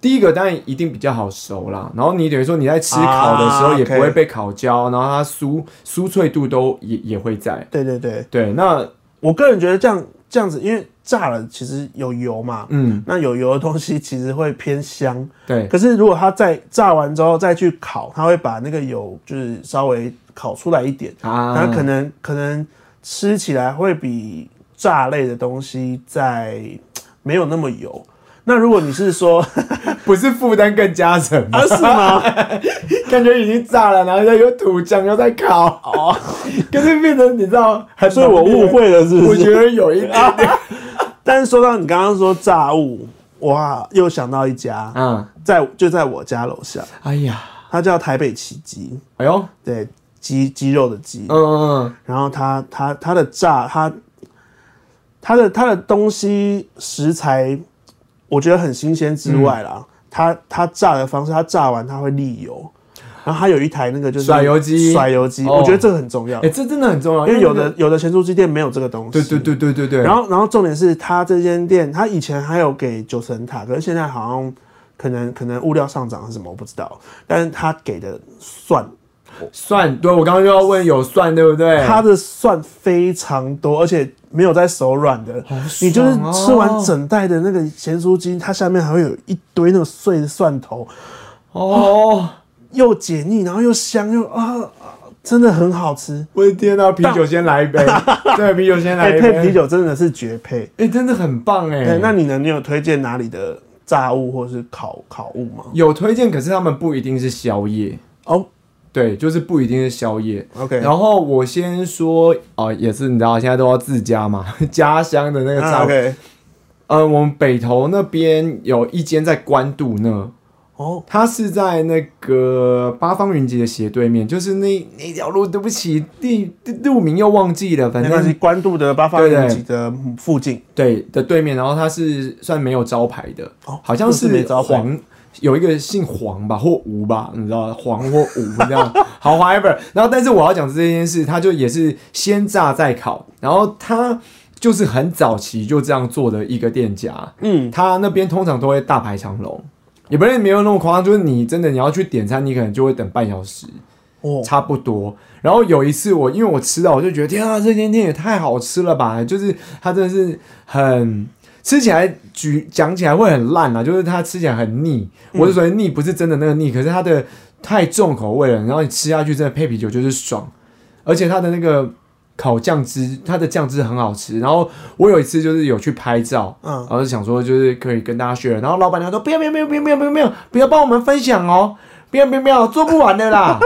B: 第一个当然一定比较好熟啦，然后你等于说你在吃烤的时候
A: 啊
B: 也不会
A: OK
B: 被烤焦，然后它酥酥脆度都也也会在。
A: 对对对，
B: 对，那
A: 我个人觉得这样这样子，因为炸了其实有油嘛，
B: 嗯，
A: 那有油的东西其实会偏香。
B: 对，
A: 可是如果它在炸完之后再去烤，它会把那个油就是稍微烤出来一点，
B: 啊
A: 那可能可能吃起来会比炸类的东西在没有那么油。那如果你是说
B: 不是负担更加沉 吗？
A: 啊是吗？
B: 感觉已经炸了，然后又有土酱又在烤，
A: 哦，
B: 可是变成你知道， 很
A: 所以我
B: 浓烈
A: 误，会了，是不
B: 我
A: 是？
B: 觉得有一点点，
A: 但是说到你刚刚说炸物，哇，又想到一家，
B: 嗯，
A: 在就在我家楼下，
B: 哎呀，
A: 它叫台北奇鸡，
B: 哎呦，
A: 对，鸡鸡肉的鸡
B: 嗯。嗯
A: 然后它它它的炸它它的它的东西食材，我觉得很新鲜之外啦，它它炸的方式，它炸完它会沥油，然后它有一台那个就是
B: 甩油机
A: 甩油机，欸
B: 哦
A: 我觉得这个很重要，
B: 嗯，哎，这真的很重要，
A: 因为有的，有的咸猪鸡店没有这个东西，
B: 对对对对对对，
A: 然后，然后重点是他这间店，他以前还有给九层塔，可是现在好像可能可能物料上涨是什么，我不知道。但是他给的蒜，
B: 蒜，对我刚刚就要问有蒜对不对？
A: 他的蒜非常多，而且没有在手软的。你就是
B: 哦
A: 吃完整袋的那个咸酥鸡，它下面还会有一堆那个碎的蒜头，
B: 哦。
A: 又解腻，然后又香又啊，啊真的很好吃。
B: 我的天呐、啤酒先来一杯， 对，啤酒先来
A: 哎、
B: 一杯，
A: 配啤，酒真的是绝配。
B: 哎、真的很棒哎、
A: 哎、那你呢？你有推荐哪里的炸物或是烤烤物吗？
B: 有推荐，可是他们不一定是宵夜，
A: 哦
B: 对，就是不一定是宵夜。
A: ，OK，
B: 然后我先说哦、也是你知道现在都要自家嘛， 家乡的那个炸
A: 啊
B: 物。
A: ，OK，
B: 呃，我们北投那边有一间在关渡那，
A: 哦，
B: 它是在那个八方云集的斜对面，就是那那条路。对不起，地地路名又忘记了，反
A: 没关系，
B: 正
A: 关渡的八方
B: 对对
A: 云集的附近，
B: 对的对面。然后它是算没有招牌的，
A: 哦
B: 好像
A: 是没招牌
B: 黄，有一个姓黄吧或吴吧，你知道黄或吴这样。 好，however，然后但是我要讲这件事，它就也是先炸再烤，然后它就是很早期就这样做的一个店家。
A: 嗯，
B: 他那边通常都会大排长龙，也不是没有那么夸张，就是你真的你要去点餐，你可能就会等半小时，
A: 哦，
B: 差不多。然后有一次我因为我吃到，我就觉得天啊，这间店也太好吃了吧！就是它真的是很吃起来举讲起来会很烂啊，就是它吃起来很腻。我是说腻不是真的那个腻，可是它的太重口味了，然后你吃下去真的配啤酒就是爽，而且它的那个烤酱汁，它的酱汁很好吃。然后我有一次就是有去拍照，
A: 嗯
B: 然，后就想说就是可以跟大家 share，然后老板娘说不要不要不要不要不要不要不要不要帮我们分享哦，不要不要不要做不完的啦，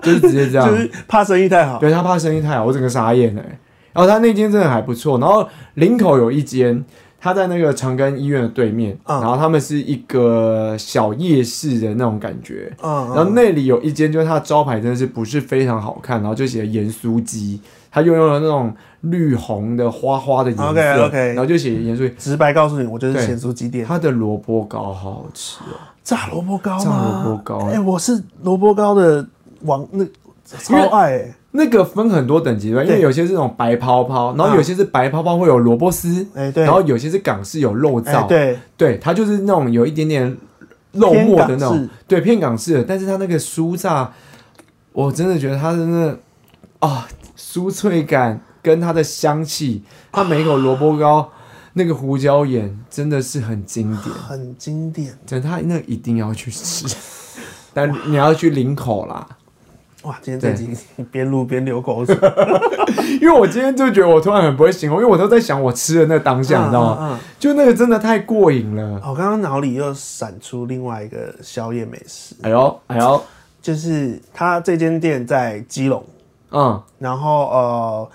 B: 就是直接这样
A: 就，是怕生意太好，
B: 对他怕生意太好，我整个傻眼哎、然后他那间真的还不错，然后林口有一间，他在那个长庚医院的对面，
A: 嗯
B: 然后他们是一个小夜市的那种感觉。
A: 嗯，
B: 然后那里有一间，就是它的招牌真的是不是非常好看，然后就写盐酥鸡，它就用了那种绿红的花花的颜色
A: OK，OK
B: 然后就写盐酥鸡，
A: 直白告诉你，我就是
B: 对
A: 咸酥鸡店
B: 它的萝卜糕好好吃哦，
A: 炸萝卜糕
B: 炸
A: 吗？
B: 萝卜糕
A: 哎、我是萝卜糕的王，那超爱、欸，
B: 那个分很多等级对吧，因为
A: 对
B: 有些是那种白泡泡，然后
A: 啊
B: 有些是白泡泡会有萝卜丝，
A: 哎、对，
B: 然后有些是港式有肉
A: 哎、
B: 燥，
A: 对，
B: 对，它就是那种有一点点肉末的那
A: 偏港
B: 种
A: 式，
B: 对，偏港式的，但是它那个酥炸，我真的觉得它真的啊，酥脆感跟它的香气，它每一口萝卜糕。那个胡椒盐真的是很经典，
A: 很经典，
B: 真的，他那一定要去吃， 但你要去林口啦，
A: 哇，今天这集边录边流口 水，
B: 因为我今天就觉得我突然很不会形容，因为我都在想我吃的那当下，你知道吗？
A: 嗯嗯
B: 就那个真的太过瘾了。
A: 嗯我刚刚脑里又闪出另外一个宵夜美食，
B: 哎呦哎呦，
A: 就是他这间店在基隆，
B: 嗯
A: 然后呃，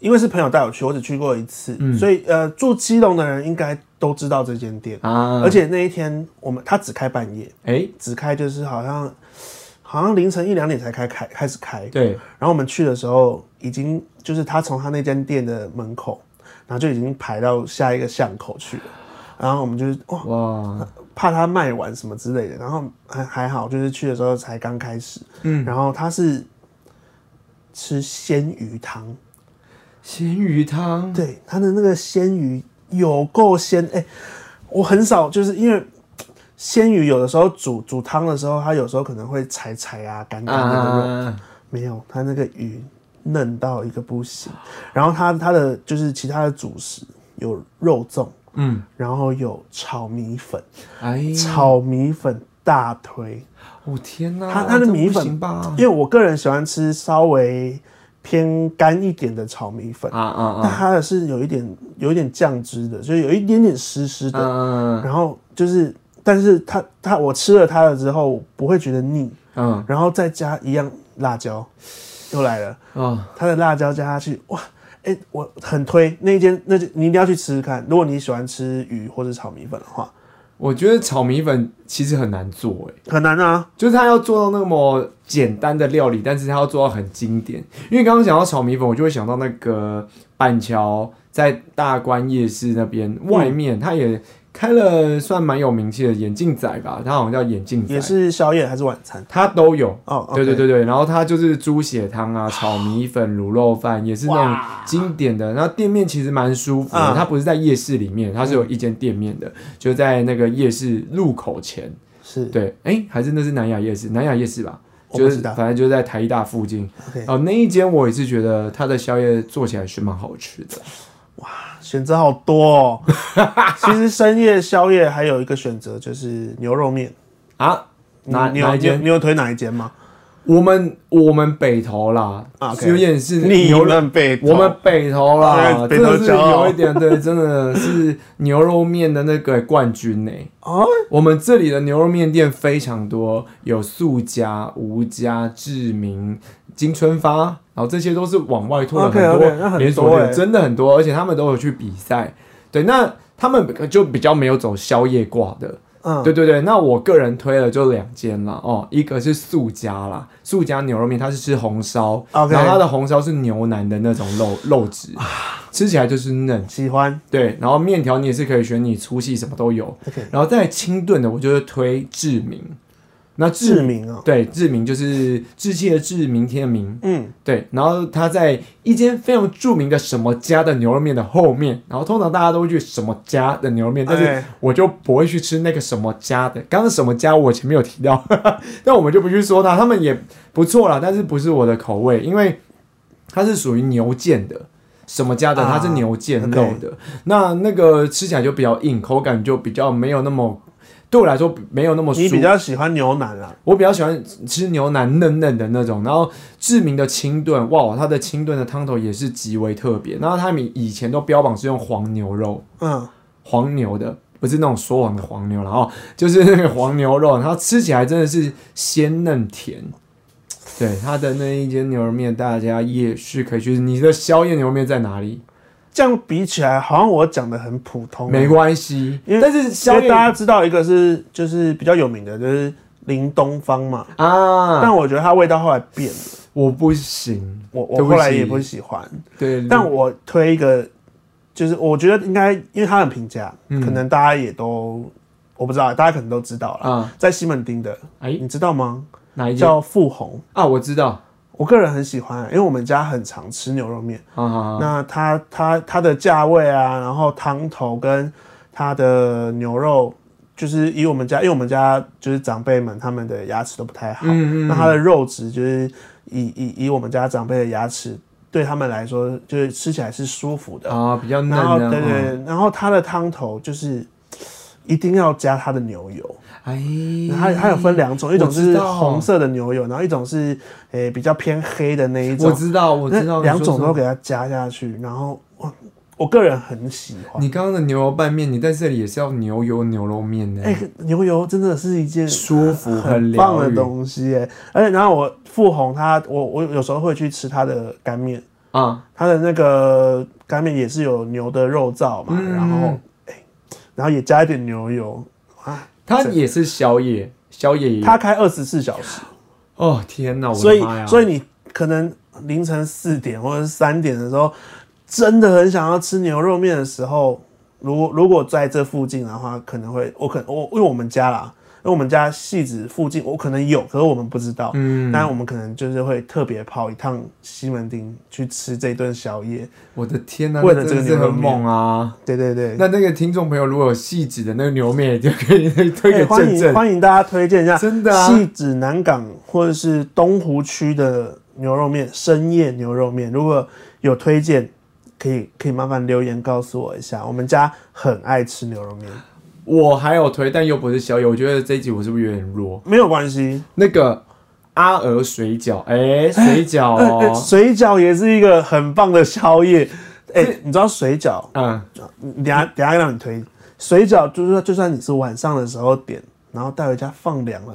A: 因为是朋友带我去，我只去过一次，
B: 嗯
A: 所以呃，住基隆的人应该都知道这间店，
B: 啊，
A: 而且那一天我们他只开半夜，
B: 哎、
A: 只开就是好像好像凌晨一两点才开开开始开，
B: 对，
A: 然后我们去的时候已经就是他从他那间店的门口，然后就已经排到下一个巷口去了，然后我们就是哇
B: 哇，
A: 怕他卖完什么之类的，然后还还好就是去的时候才刚开始，嗯，然后他是吃鲜鱼汤，
B: 鲜鱼汤，
A: 对，它的那个鲜鱼有够鲜，哎、我很少就是因为鲜鱼有的时候煮煮汤的时候，它有时候可能会柴柴啊、干干的那种，
B: 啊，
A: 没有，它那个鱼嫩到一个不行。然后它它的就是其他的主食有肉粽，
B: 嗯，
A: 然后有炒米粉，
B: 哎呀，
A: 炒米粉大推，
B: 我天哪，
A: 它它的
B: 这
A: 米
B: 不
A: 粉
B: 行吧
A: 因？为我个人喜欢吃稍微偏干一点的炒米粉。
B: 啊啊
A: 但
B: 啊，
A: 它的是有一点有一点酱汁的，就是有一点点湿湿的。
B: 嗯嗯
A: 然后就是，但是它它我吃了它了之后不会觉得腻，
B: 嗯
A: 然后再加一样辣椒，又来了，
B: 啊，
A: 它的辣椒加下去，哇！哎、我很推那一间，那就你一定要去吃吃看。如果你喜欢吃鱼或者炒米粉的话，
B: 我觉得炒米粉其实很难做、哎。
A: 很难啊。
B: 就是他要做到那么简单的料理，但是他要做到很经典。因为刚刚讲到炒米粉，我就会想到那个板桥在大关夜市那边外面，他也开了算蛮有名气的眼镜仔吧，他好像叫眼镜仔，
A: 也是宵夜还是晚餐？
B: 他都有。
A: 哦，
B: 对对，对对，然后他就是猪血 汤啊、炒米粉、卤肉饭，也是那种
A: 哇
B: 经典的。然后店面其实蛮舒服的，
A: 嗯
B: 它不是在夜市里面，它是有一间店面的，就在那个夜市入口前。
A: 是
B: 对，哎、还是那是南雅夜市，南雅夜市吧，
A: 我
B: 就
A: 不
B: 是
A: 知道。
B: 反正就是在台艺大附近。
A: OK，
B: 哦，那一间我也是觉得它的宵夜做起来是蛮好吃的。
A: 选择好多 哦。其实深夜宵夜还有一个选择就是牛肉面。
B: 啊，哪
A: 你你有
B: 哪一
A: 你有
B: 间？
A: 你有推哪一间吗？
B: 我们我们北投啦，
A: 啊 OK
B: 有点是
C: 你
B: 牛肉，
C: 们被
B: 我们北投啦，
C: 哎北
B: 真
C: 投
B: 的是
C: 骄傲
B: 有一点对，真的是牛肉面的那个冠军呢、
A: 哦，
B: 我们这里的牛肉面店非常多，有素家、吴家、志明、金春发，然后这些都是往外拓了很
A: OK，OK，那很多
B: 多连锁店
A: 欸
B: 真的很多，而且他们都有去比赛。对，那他们就比较没有走宵夜挂的。
A: 嗯，
B: 对对对，那我个人推了就两间啦，哦，一个是素家啦，素家牛肉面，它是吃红烧
A: OK
B: 然后它的红烧是牛腩的那种肉肉质，
A: 啊
B: 吃起来就是嫩。
A: 喜欢
B: 对，然后面条你也是可以选你粗细什么都有
A: OK
B: 然后再来清炖的，我就会推志明。那
A: 志
B: 志
A: 明哦，
B: 对志明就是志气的志，明天的明。
A: 嗯，
B: 对，然后他在一间非常著名的什么家的牛肉面的后面，然后通常大家都会去什么家的牛肉面，但是
A: 哎
B: 我就不会去吃那个什么家的。刚刚什么家我前面有提到， 但我们就不去说它，他们也不错啦，但是不是我的口味，因为它是属于牛腱的。什么家的？
A: 啊
B: 它是牛腱肉
A: OK
B: 的，那那个吃起来就比较硬，口感就比较没有那么，对我来说没有那么舒
A: 你比较喜欢牛腩啊啦，
B: 我比较喜欢吃牛腩嫩嫩的那种，然后志明的清炖，哇，它的清炖的汤头也是极为特别。然后他们以前都标榜是用黄牛肉，
A: 嗯，
B: 黄牛的，不是那种说谎的黄牛啦，然后 就是那个黄牛肉，它吃起来真的是鲜嫩甜。对，它的那一间牛肉面，大家也是可以去。你的宵夜牛肉面在哪里？
A: 这样比起来好像我讲的很普通，啊
B: 没关
A: 哦
B: 系，
A: 因为
B: 但是
A: 因
B: 宵
A: 为
B: 夜
A: 大家知道一个是就是比较有名的，就是林东方嘛，
B: 啊，
A: 但我觉得它味道后来变了，
B: 我不行，
A: 我
B: 对
A: 我
B: 不起
A: 后来也不喜欢，
B: 对，
A: 但我推一个，就是我觉得应该因为它很平价，
B: 嗯
A: 可能大家也都我不知道，大家可能都知道了，
B: 啊，
A: 在西门町的，
B: 哎，
A: 你知道吗？
B: 哪一间
A: 叫富红，
B: 啊？我知道，
A: 我个人很喜欢，因为我们家很常吃牛肉面。
B: 好好好。
A: 那它它它的价位啊，然后汤头跟它的牛肉，就是以我们家，因为我们家就是长辈们他们的牙齿都不太好，
B: 嗯嗯
A: 那它的肉质就是以以以我们家长辈的牙齿，对他们来说就是吃起来是舒服的。
B: 啊，比较嫩
A: 然后
B: 的。
A: 对对
B: 哦，
A: 对，然后它的汤头就是一定要加它的牛油。
B: 哎，
A: 它它有分两种，一种
B: 我知
A: 是
B: 道
A: 红色的牛油，然后一种是诶、比较偏黑的那一
B: 我
A: 种，
B: 知道，我知道，
A: 那
B: 你
A: 两
B: 说
A: 种
B: 什
A: 都
B: 么。
A: 给它加下去，然后我我个人很喜欢。
B: 你刚刚的牛油拌面，你在这里也是要牛油牛肉面呢
A: 哎、，牛油真的是一件
B: 舒服
A: 很棒
B: 疗
A: 的
B: 愈
A: 东西哎、而且然后我富红它，我我有时候会去吃它的干面，
B: 啊，
A: 它的那个干面也是有牛的肉燥嘛，
B: 嗯
A: 然后哎、然后也加一点牛油啊，
B: 它也是宵夜，宵夜也有。
A: 它开二十四小时。
B: 哦天哪，我
A: 所
B: 的
A: 以
B: 妈呀！
A: 所以
B: 以
A: 你可能凌晨四点或者是三点的时候，真的很想要吃牛肉面的时候，如果如果在这附近的话，可能会我可我因为我们家啦，因为我们家戏子附近我可能有，可是我们不知道。
B: 嗯，
A: 那我们可能就是会特别跑一趟西门町去吃这顿宵夜，
B: 我的天哪，
A: 为
B: 那
A: 了这
B: 真
A: 个
B: 的是
A: 牛肉
B: 很
A: 面
B: 猛啊！
A: 对对对，
B: 那那个听众朋友如果有细致的那个牛肉面，也就可以推
A: 哎
B: 给
A: 欢
B: 正
A: 迎
B: 正。
A: 欢迎大家推荐一下，
B: 真的啊
A: 汐止南港或者是东湖区的牛肉面，深夜牛肉面，如果有推荐，可以可以麻烦留言告诉我一下，我们家很爱吃牛肉面，
B: 我还有推，但又不是宵夜，我觉得这一集我是不是有点弱？
A: 没有关系，
B: 那个阿娥水饺，哎，水饺
A: 呃呃
B: 哦，
A: 水饺也是一个很棒的宵夜，哎、你知道水饺，
B: 嗯。
A: 你等下等下让你推水饺，就是就算你是晚上的时候点，然后带回家放凉了，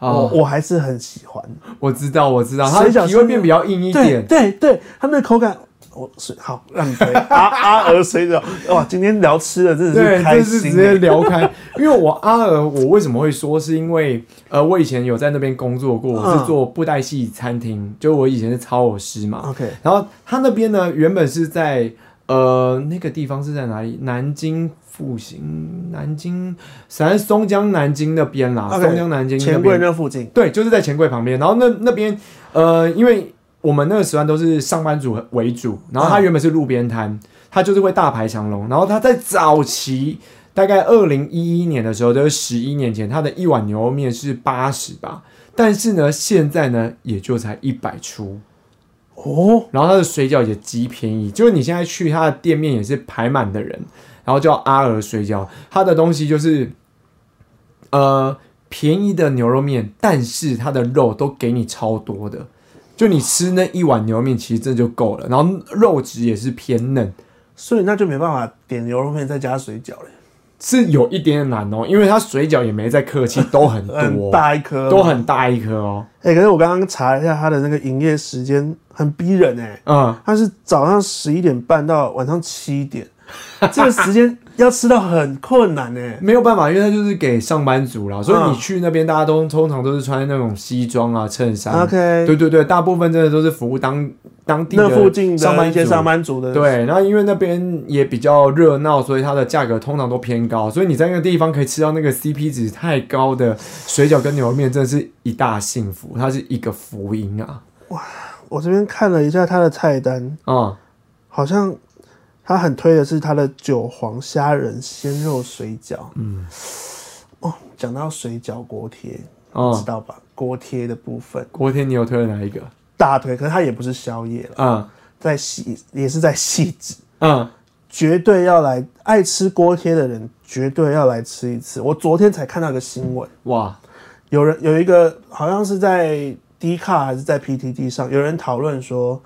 B: 哦，
A: 我我还是很喜欢。
B: 我知道，我知道，它
A: 水饺
B: 的皮会
A: 是
B: 变比较硬一
A: 对
B: 点。啊
A: 对对，它那个口感，我是好让你 推阿阿鹅水饺，哇，今天聊吃的真的
B: 对，
A: 是开
B: 这是直
A: 心
B: 接
A: 欸，
B: 聊开， 因为我阿尔，我为什么会说，是因为呃，我以前有在那边工作过，我
A: 嗯
B: 是做布袋戏餐厅，就我以前是操偶师嘛。
A: OK
B: 然后他那边呢，原本是在呃那个地方是在哪里？南京复兴，南京，反正松江南京那边啦
A: OK，
B: 松江南京那
A: 钱
B: 边
A: 柜那附近，
B: 对，就是在钱柜旁边。然后那那边，呃，因为我们那个时段都是上班族为主，然后它
A: 嗯
B: 原本是路边摊，它就是会大排长龙。然后它在早期，大概二零一一年的时候，就是十一年前，它的一碗牛肉面是八十吧，但是呢，现在呢也就才一百出。
A: 哦，
B: 然后它的水饺也极便宜，就是你现在去它的店面也是排满的人，然后叫阿尔水饺，它的东西就是，呃，便宜的牛肉面，但是它的肉都给你超多的，就你吃那一碗牛肉面其实这就够了，然后肉质也是偏嫩，
A: 所以那就没办法点牛肉面再加水饺了，
B: 是有一点点难哦，因为它水饺也没在客气，都很
A: 很
B: 多，
A: 大一颗，
B: 都。很大一颗哦，
A: 哎、可是我刚刚查了一下它的那个营业时间，很逼人哎、
B: 嗯，
A: 它是早上十一点半到晚上七 点，这个时间要吃到很困难呢、欸
B: 没有办法，因为它就是给上班族啦，所以你
A: 嗯
B: 去那边大家都通常都是穿那种西装啊、衬衫
A: OK，
B: 对对对，大部分真的都是服务当当地
A: 那附近
B: 的上
A: 的
B: 班
A: 一些
B: 族
A: 上班族的，
B: 对，然后因为那边也比较热闹，所以它的价格通常都偏高，所以你在那个地方可以吃到那个 CP 值太高的水饺跟牛肉面，真的是一大幸福，它是一个福音啊！
A: 我这边看了一下它的菜单，
B: 啊、
A: 好像它很推的是它的韭黄虾仁鲜肉水饺。嗯，哦，讲到水饺锅贴，
B: 嗯、
A: 知道吧？锅贴的部分
B: 郭天，你有推了哪一个？
A: 大腿，可是它也不是宵夜了，
B: 嗯
A: 在细也是在细致，
B: 嗯，
A: 绝对要来爱吃锅贴的人绝对要来吃一次。我昨天才看到一个新闻，
B: 哇，
A: 有人有一个好像是在 D 卡还是在 PTT 上，有人讨论说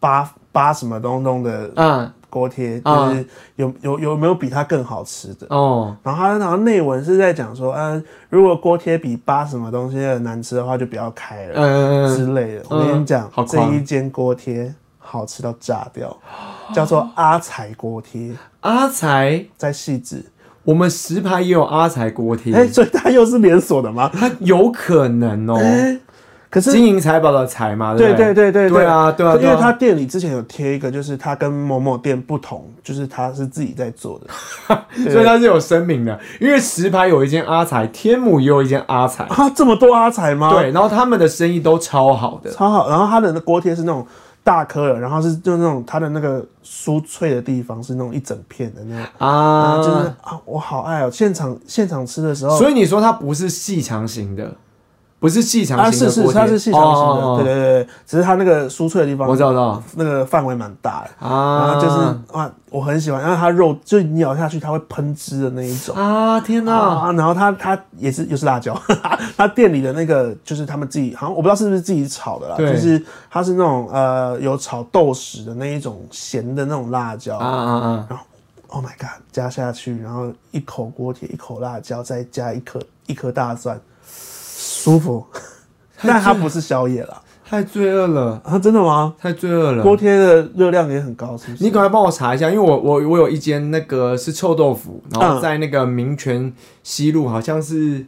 A: 八八什么东东的
B: 嗯
A: 锅贴，
B: 啊
A: 就是有有有没有比它更好吃的？
B: 哦，
A: 然后它好像内文是在讲说，嗯、如果锅贴比八什么东西的难吃的话，就不要开了、
B: 嗯嗯
A: 之类的。我跟你讲，
B: 好
A: 这
B: 狂
A: 一间锅贴好吃到炸掉，
B: 哦
A: 叫做阿财锅贴，
B: 阿才，
A: 在细致。
B: 我们石牌也有阿才锅贴，
A: 哎、所以它又是连锁的吗？
B: 嗯它有可能哦，
A: 哎可是
B: 金银财宝的财嘛，
A: 对
B: 不
A: 对对对
B: 对啊对啊，
A: 因
B: 对啊
A: 为他店里之前有贴一个，就是他跟某某店不同，就是他是自己在做的。对
B: 所以它是有声明的，因为石牌有一间阿财，天母也有一间阿财，
A: 啊，这么多阿财吗？，
B: 对，然后他们的生意都超好的，
A: 超好。然后他的那锅贴是那种大颗的，然后是就那种它的那个酥脆的地方是那种一整片的那种，啊，
B: 啊，
A: 就是啊，我好爱哦。现场现场吃的时候，
B: 所以你说它不是细长型的，不是细长
A: 啊
B: 型
A: 是
B: 的
A: 是
B: 锅贴，
A: 它是细长型的，
B: 哦
A: 对，
B: 哦哦
A: 对对对，只是它那个酥脆的地
B: 我
A: 方
B: 知道，我知道
A: 那个范围蛮大的。然
B: 啊，
A: 后就是啊，我很喜欢，然后它肉就你咬下去，它会喷汁的那一种。
B: 啊，天哪，
A: 啊，然后他他也是又是辣椒， 他店里的那个就是他们自己，好像我不知道是不是自己炒的啦，
B: 对
A: 就是它是那种呃有炒豆豉的那一种咸的那种辣椒、
B: 啊啊啊，
A: o h my god，加下去，然后一口锅贴，一口辣椒，再加一颗一颗大蒜，舒服。但它不是宵夜啦，
B: 太罪恶了，
A: 啊，真的吗？
B: 太罪恶了。
A: 锅贴的热量也很高，是不是？
B: 嗯你赶快帮我查一下，因为我我我有一间那个是臭豆腐，然后
A: 嗯
B: 在那个民权西路，好像是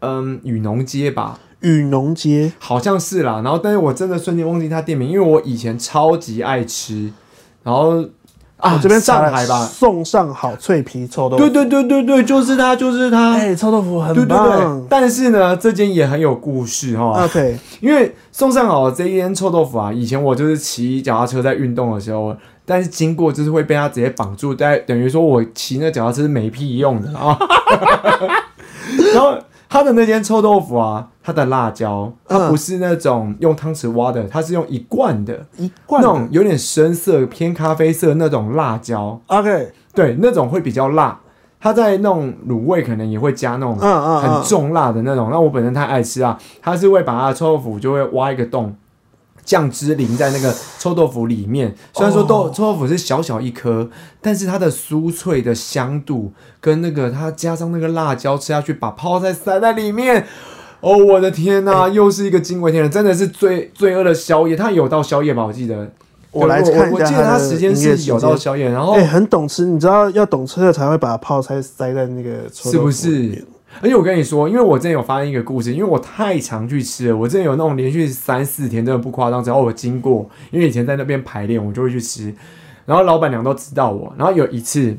B: 嗯雨农街吧，
A: 雨农街
B: 好像是啦。然后，但是我真的瞬间忘记它店名，因为我以前超级爱吃。然后
A: 我
B: 啊，
A: 哦这边查
B: 上
A: 了
B: 海吧，
A: 送上好脆皮臭豆腐，
B: 对对对对对，就是它，就是它。
A: 哎、臭豆腐很
B: 对对对
A: 棒，。嗯
B: 但是呢，这间也很有故事哈、
A: OK，
B: 因为送上好这一间臭豆腐啊，以前我就是骑脚踏车在运动的时候，但是经过就是会被他直接绑住，但等于说我骑那脚踏车是没屁用的 啊。然后他的那间臭豆腐啊，它的辣椒，它不是那种用汤匙挖的，它是用一罐的，
A: 一罐
B: 那
A: 的
B: 种有点深色偏咖啡色那种辣椒，
A: OK，
B: 对，那种会比较辣。它在那种卤味可能也会加那种
A: 嗯嗯，
B: 很
A: 嗯，
B: 重辣的那种。那我本身太爱吃啊，它是会把它的臭豆腐就会挖一个洞，酱汁淋在那个臭豆腐里面。虽
A: 哦
B: 然说豆、臭豆腐是小小一颗，但是它的酥脆的香度跟那个它加上那个辣椒吃下去，把泡菜塞在里面。哦，我的天
A: 哎
B: 呐、又是一个惊为天人，真的是罪罪恶的宵夜。它有到宵夜吧？我记得，
A: 我来
B: 对
A: 看一
B: 我
A: 下
B: 记得它
A: 它的
B: 时间
A: 营业
B: 是
A: 时
B: 有到
A: 间
B: 宵夜，然后
A: 哎、很懂吃，你知道要懂吃的才会把泡菜塞在那个臭
B: 是
A: 豆
B: 不
A: 腐里面
B: 是？？而且我跟你说，因为我之前有发生一个故事，因为我太常去吃了，我之前有那种连续三四天，真的不夸张，只要我经过，因为以前在那边排练，我就会去吃，然后老板娘都知道我，然后有一次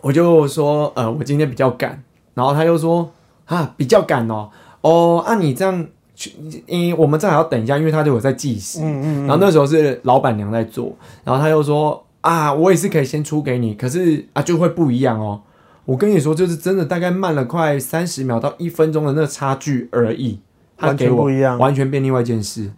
B: 我就说，呃，我今天比较赶，然后他又说，啊，比较赶哦，哦，啊，你这样去，嗯，我们这还要等一下，因为他对我在计时，
A: 嗯嗯，
B: 然后那时候是老板娘在做，然后她又说啊，我也是可以先出给你，可是啊就会不一样哦。我跟你说，就是真的大概慢了快三十秒到一分钟的那个差距而已。她
A: 完
B: 给
A: 全
B: 我
A: 不一样
B: 完全变另外一件事。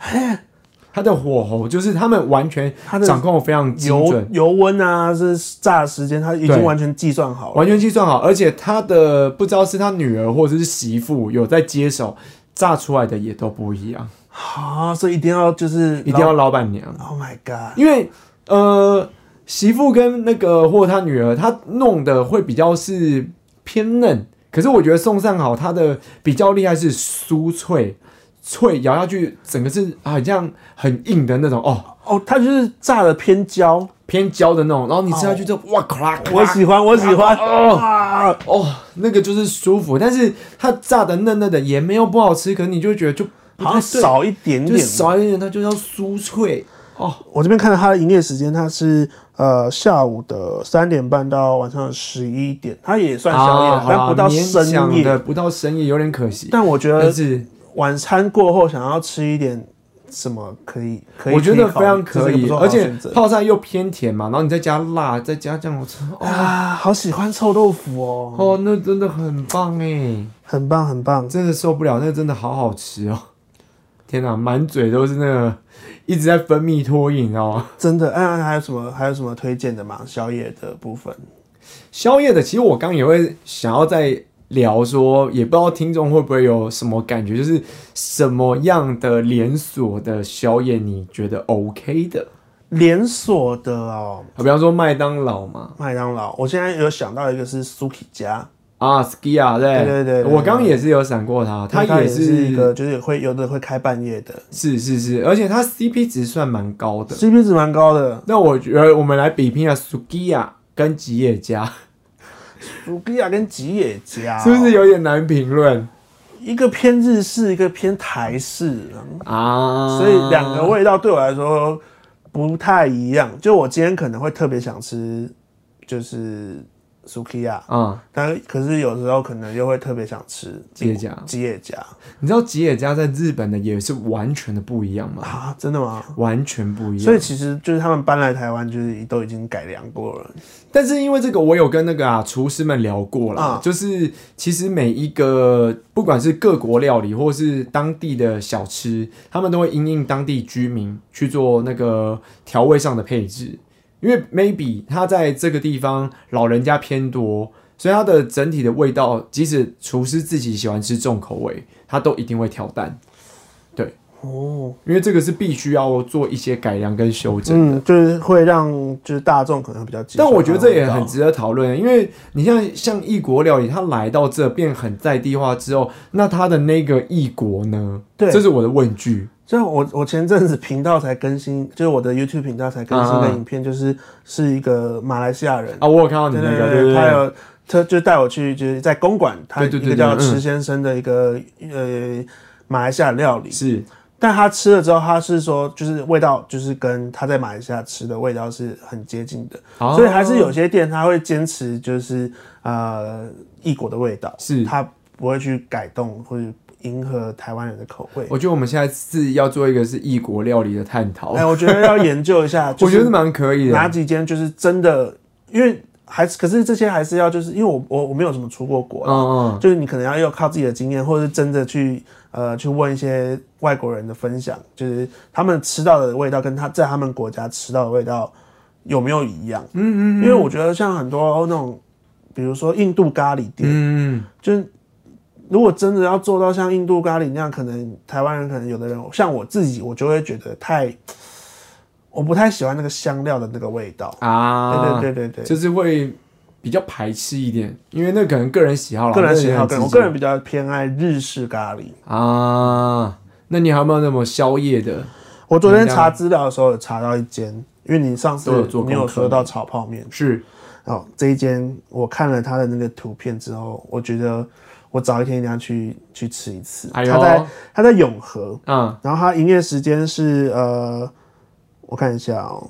B: 它的火候就是他们完全
A: 它的
B: 掌控得非常精
A: 油
B: 准，
A: 油温啊，是炸的时间，它已
B: 对
A: 经完全计算好了。
B: 完全计算好，而且他的不知道是他女儿或者是媳妇有在接手，炸出来的也都不一样，
A: 啊，所以一定要就是
B: 一定要老板娘。
A: 老。Oh my god！
B: 因为呃，媳妇跟那个或她女儿，她弄的会比较是偏嫩，可是我觉得宋善好她的比较厉害是酥脆，脆咬下去整个是好像很硬的那种哦，
A: 哦，它就是炸的偏焦，
B: 偏焦的那种，然后你吃下去就、哇咔啦，
A: 我喜欢，我喜欢。啊，
B: 哦，那个就是舒服，但是它炸的嫩嫩的也没有不好吃，可是你就会觉得就不
A: 好
B: 太
A: 像
B: 对，
A: 少一点
B: 就
A: 点
B: 是。少一点，它就叫酥脆哦。
A: 我这边看到它的营业时间，它是呃下午的三点半到晚上十一点，它也算宵夜，
B: 啊好啦
A: 但不到呃
B: 勉强
A: 深
B: 的
A: 夜。
B: 不到深夜有点可惜。
A: 但我觉
B: 但
A: 得
B: 是
A: 晚餐过后想要吃一点什么，可以，可以，
B: 我觉得
A: 以考
B: 非
A: 虑
B: 常
A: 这
B: 可
A: 是一个
B: 以，
A: 不错的
B: 而且
A: 选择
B: 泡菜又偏甜嘛，然后你再加辣，再加酱油吃，哦
A: 啊，好喜欢臭豆腐哦，
B: 哦，那真的很棒哎，
A: 很棒很棒。
B: 真的受不了，那真的好好吃哦！天哪，满嘴都是那个一直在分泌唾液，你知道吗？
A: 真的，嗯，还有什么还有什么推荐的吗？宵夜的部分，
B: 宵夜的，其实我刚也会想要再聊说，也不知道听众会不会有什么感觉，就是什么样的连锁的宵夜你觉得 OK 的？
A: 连锁的哦，
B: 啊比方说麦当劳嘛，
A: 麦当劳。我现在有想到一个是 Suki 家，
B: 啊，Skia 对
A: 对对对对
B: 我刚刚也是有闪过它，它
A: 它
B: 也
A: 也
B: 是
A: 一个就是会有的会开半夜的
B: 是是是，而且它 CP 值算蛮高的。
A: ，CP 值蛮高的。
B: 那我觉得我们来比拼一下 Sukiya 跟吉野家，
A: Suki 家跟吉野家哦、
B: 是不是有点难评论
A: 一个偏日式，一个偏台式啊？
B: 啊？
A: 所以两个味道对我来说不太一样。就我今天可能会特别想吃，就是 Suki 家，
B: 啊、
A: 但可是有时候可能又会特别想吃
B: 吉野家
A: 吉野家
B: 你知道吉野家在日本的也是完全的不一样吗？
A: 啊，真的吗？
B: 完全不一样。
A: 所以其实就是他们搬来台湾，就是都已经改良过了。
B: 但是因为这个，我有跟那个啊厨师们聊过啦，
A: 啊
B: 就是其实每一个不管是各国料理或是当地的小吃，他们都会因应当地居民去做那个调味上的配置，因为 maybe 他在这个地方老人家偏多。所以它的整体的味道，即使厨师自己喜欢吃重口味，他都一定会调淡，
A: 哦，
B: 因为这个是必须要做一些改良跟修正。
A: 嗯，就是会让就是大众可能比较接受
B: 但
A: 它的味道。
B: 我觉得这也很值得讨论，因为你像像异国料理，它来到这变很在地化之后，那它的那个异国呢？
A: 对
B: 这是我的问句。
A: 就我我前阵子频道才更新，就是我的 YouTube 频道才更新的
B: 啊
A: 影片，就是是一个马来西亚人，
B: 啊，我有看到你那个，对对
A: 他
B: 对，
A: 有他就带我去就是在公馆，他
B: 对
A: 一
B: 对对
A: 个叫
B: 对嗯
A: 池先生的一个呃马来西亚料理，
B: 是
A: 但他吃了之后，他是说就是味道就是跟他在马来西亚吃的味道是很接近的。
B: 啊
A: 所以还是有些店它会坚持就是呃异国的味道，
B: 是。
A: 它不会去改动或者迎合台湾人的口味。
B: 我觉得我们下一次要做一个是异国料理的探讨，
A: 哎，我觉得要研究一 下，就
B: 哦我觉得
A: 是
B: 蛮可以
A: 哪
B: 的。
A: 几间就是真的，因为还是可是这些还是要就是因为我我我没有什么出过国啊
B: 嗯
A: 啦，
B: 嗯，
A: 就是你可能要要靠自己的经验，或者是真的去呃去问一些外国人的分享，就是他们吃到的味道跟他在他们国家吃到的味道有没有一样？嗯嗯因为我觉得像很多那种，比如说印度咖喱店，
B: 嗯，
A: 就是如果真的要做到像印度咖喱那样，可能台湾人可能有的人像我自己，我就会觉得太，我不太喜欢那个香料的那个味道。
B: 啊，
A: 对对对对对。
B: 就是会比较排斥一点，因为那可能个人喜好啦，
A: 个人
B: 那
A: 喜好，个
B: 很直
A: 人我
B: 接
A: 个人比较偏爱日式咖喱。
B: 啊。那你还有没有那么宵夜的？
A: 我昨天查资料的时候有查到一间，因为你上次
B: 都有做功
A: 你
B: 课
A: 有说到炒泡面，
B: 是
A: 哦，这一间我看了它的那个图片之后，我觉得我早一天一定要去去吃一次。
B: 哎
A: 它
B: 呦
A: 在它在永和，
B: 嗯，
A: 然后它营业时间是呃，我看一下哦，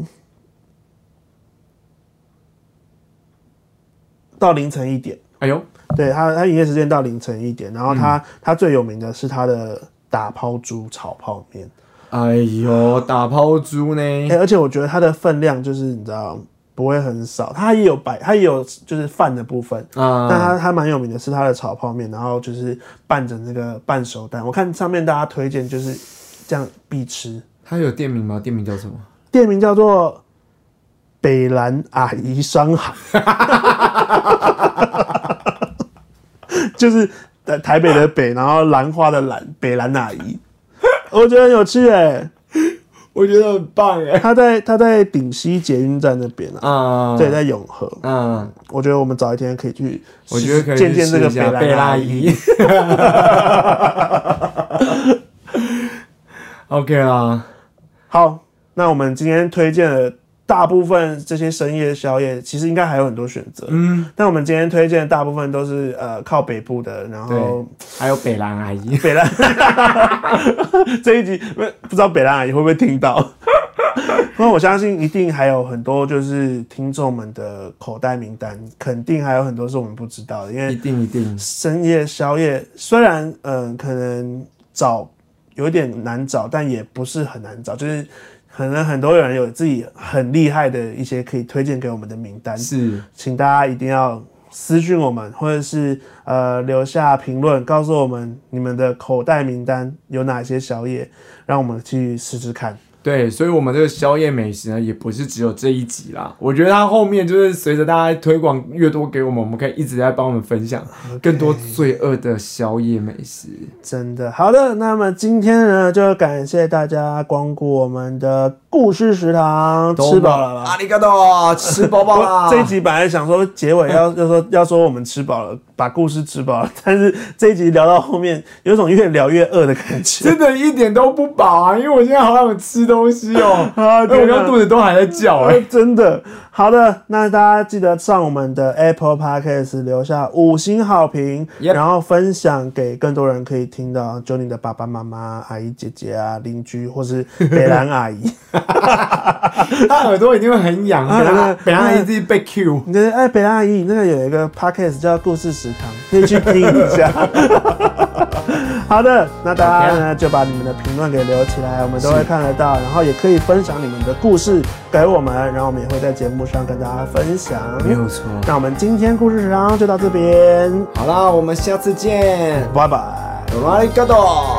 A: 到凌晨一点。
B: 哎呦，
A: 对它，它营业时间到凌晨一点，然后它、
B: 嗯
A: 它最有名的是它的打抛猪炒泡面。
B: 哎呦，打抛猪呢？
A: 欸而且我觉得它的分量就是你知道不会很少，它也有白，它也有就是饭的部分。但
B: 啊、
A: 它它蛮有名的是它的炒泡面，然后就是拌着那个半熟蛋。我看上面大家推荐就是这样必吃，
B: 它有店名吗？店名叫什么？
A: 店名叫做北兰阿姨商行， 就是台台北的北，然后兰花的兰，北兰阿姨，我觉得很有趣哎、
B: 我觉得很棒哎。
A: 他在他在顶溪捷运站那边啊，
B: 啊，
A: 对，，在永和，
B: 嗯，
A: 我觉得我们早一天可以去试，
B: 我觉得可以
A: 见见这
B: 试
A: 个
B: 一 下
A: 北兰
B: 拉
A: 阿姨。
B: 姨。OK 啦，
A: 好，那我们今天推荐了大部分这些深夜宵夜，其实应该还有很多选择。嗯，但我们今天推荐的大部分都是呃靠北部的，然后
B: 还有北兰阿姨，
A: 北兰这一集不不知道北兰阿姨会不会听到。 那我相信一定还有很多就是听众们的口袋名单，肯定还有很多是我们不知道的，因为
B: 一定一定。
A: 深夜宵夜虽然嗯、呃可能找有点难找，但也不是很难找，就是可能很多人有自己很厉害的一些可以推荐给我们的名单，
B: 是，
A: 请大家一定要私讯我们，或者是呃留下评论，告诉我们你们的口袋名单有哪些宵夜，让我们去试试看。
B: 对，所以我们这个宵夜美食呢，也不是只有这一集啦。我觉得它后面就是随着大家推广越多给我们，我们可以一直在帮我们分享更多罪恶的宵夜美食。
A: 真的，好的，那么今天呢，就感谢大家光顾我们的故事食堂，吃饱了吧？
B: 阿里 嘎多，吃饱饱啦！
A: 我这一集本来想说结尾 要要说要说我们吃饱了，把故事吃饱了，但是这一集聊到后面，有种越聊越饿的感觉。
B: 真的一点都不饱啊，因为我现在好想吃东西哦、
A: 啊
B: 哎我刚刚肚子都还在叫 哎、
A: 真的好的，那大家记得上我们的 Apple Podcast 留下五星好评
B: Yep
A: 然后分享给更多人可以听到，就你的爸爸妈妈、阿姨、姐姐啊、邻居或是北兰阿姨。
B: 他耳朵一定会很痒，
A: 啊
B: 本来
A: 对
B: 本来一直被 Q。
A: 你的哎，北兰阿姨，你那个有一个 podcast 叫《故事食堂》，可以去听一下。 好的，那大家呢就把你们的评论给留起来，我们都会看得到，然后也可以分享你们的故事给我们，然后我们也会在节目上跟大家分享。
B: 错。
A: 那我们今天故事食堂就到这边，
B: 好啦，我们下次见，
A: 拜拜。
B: 阿里嘎多。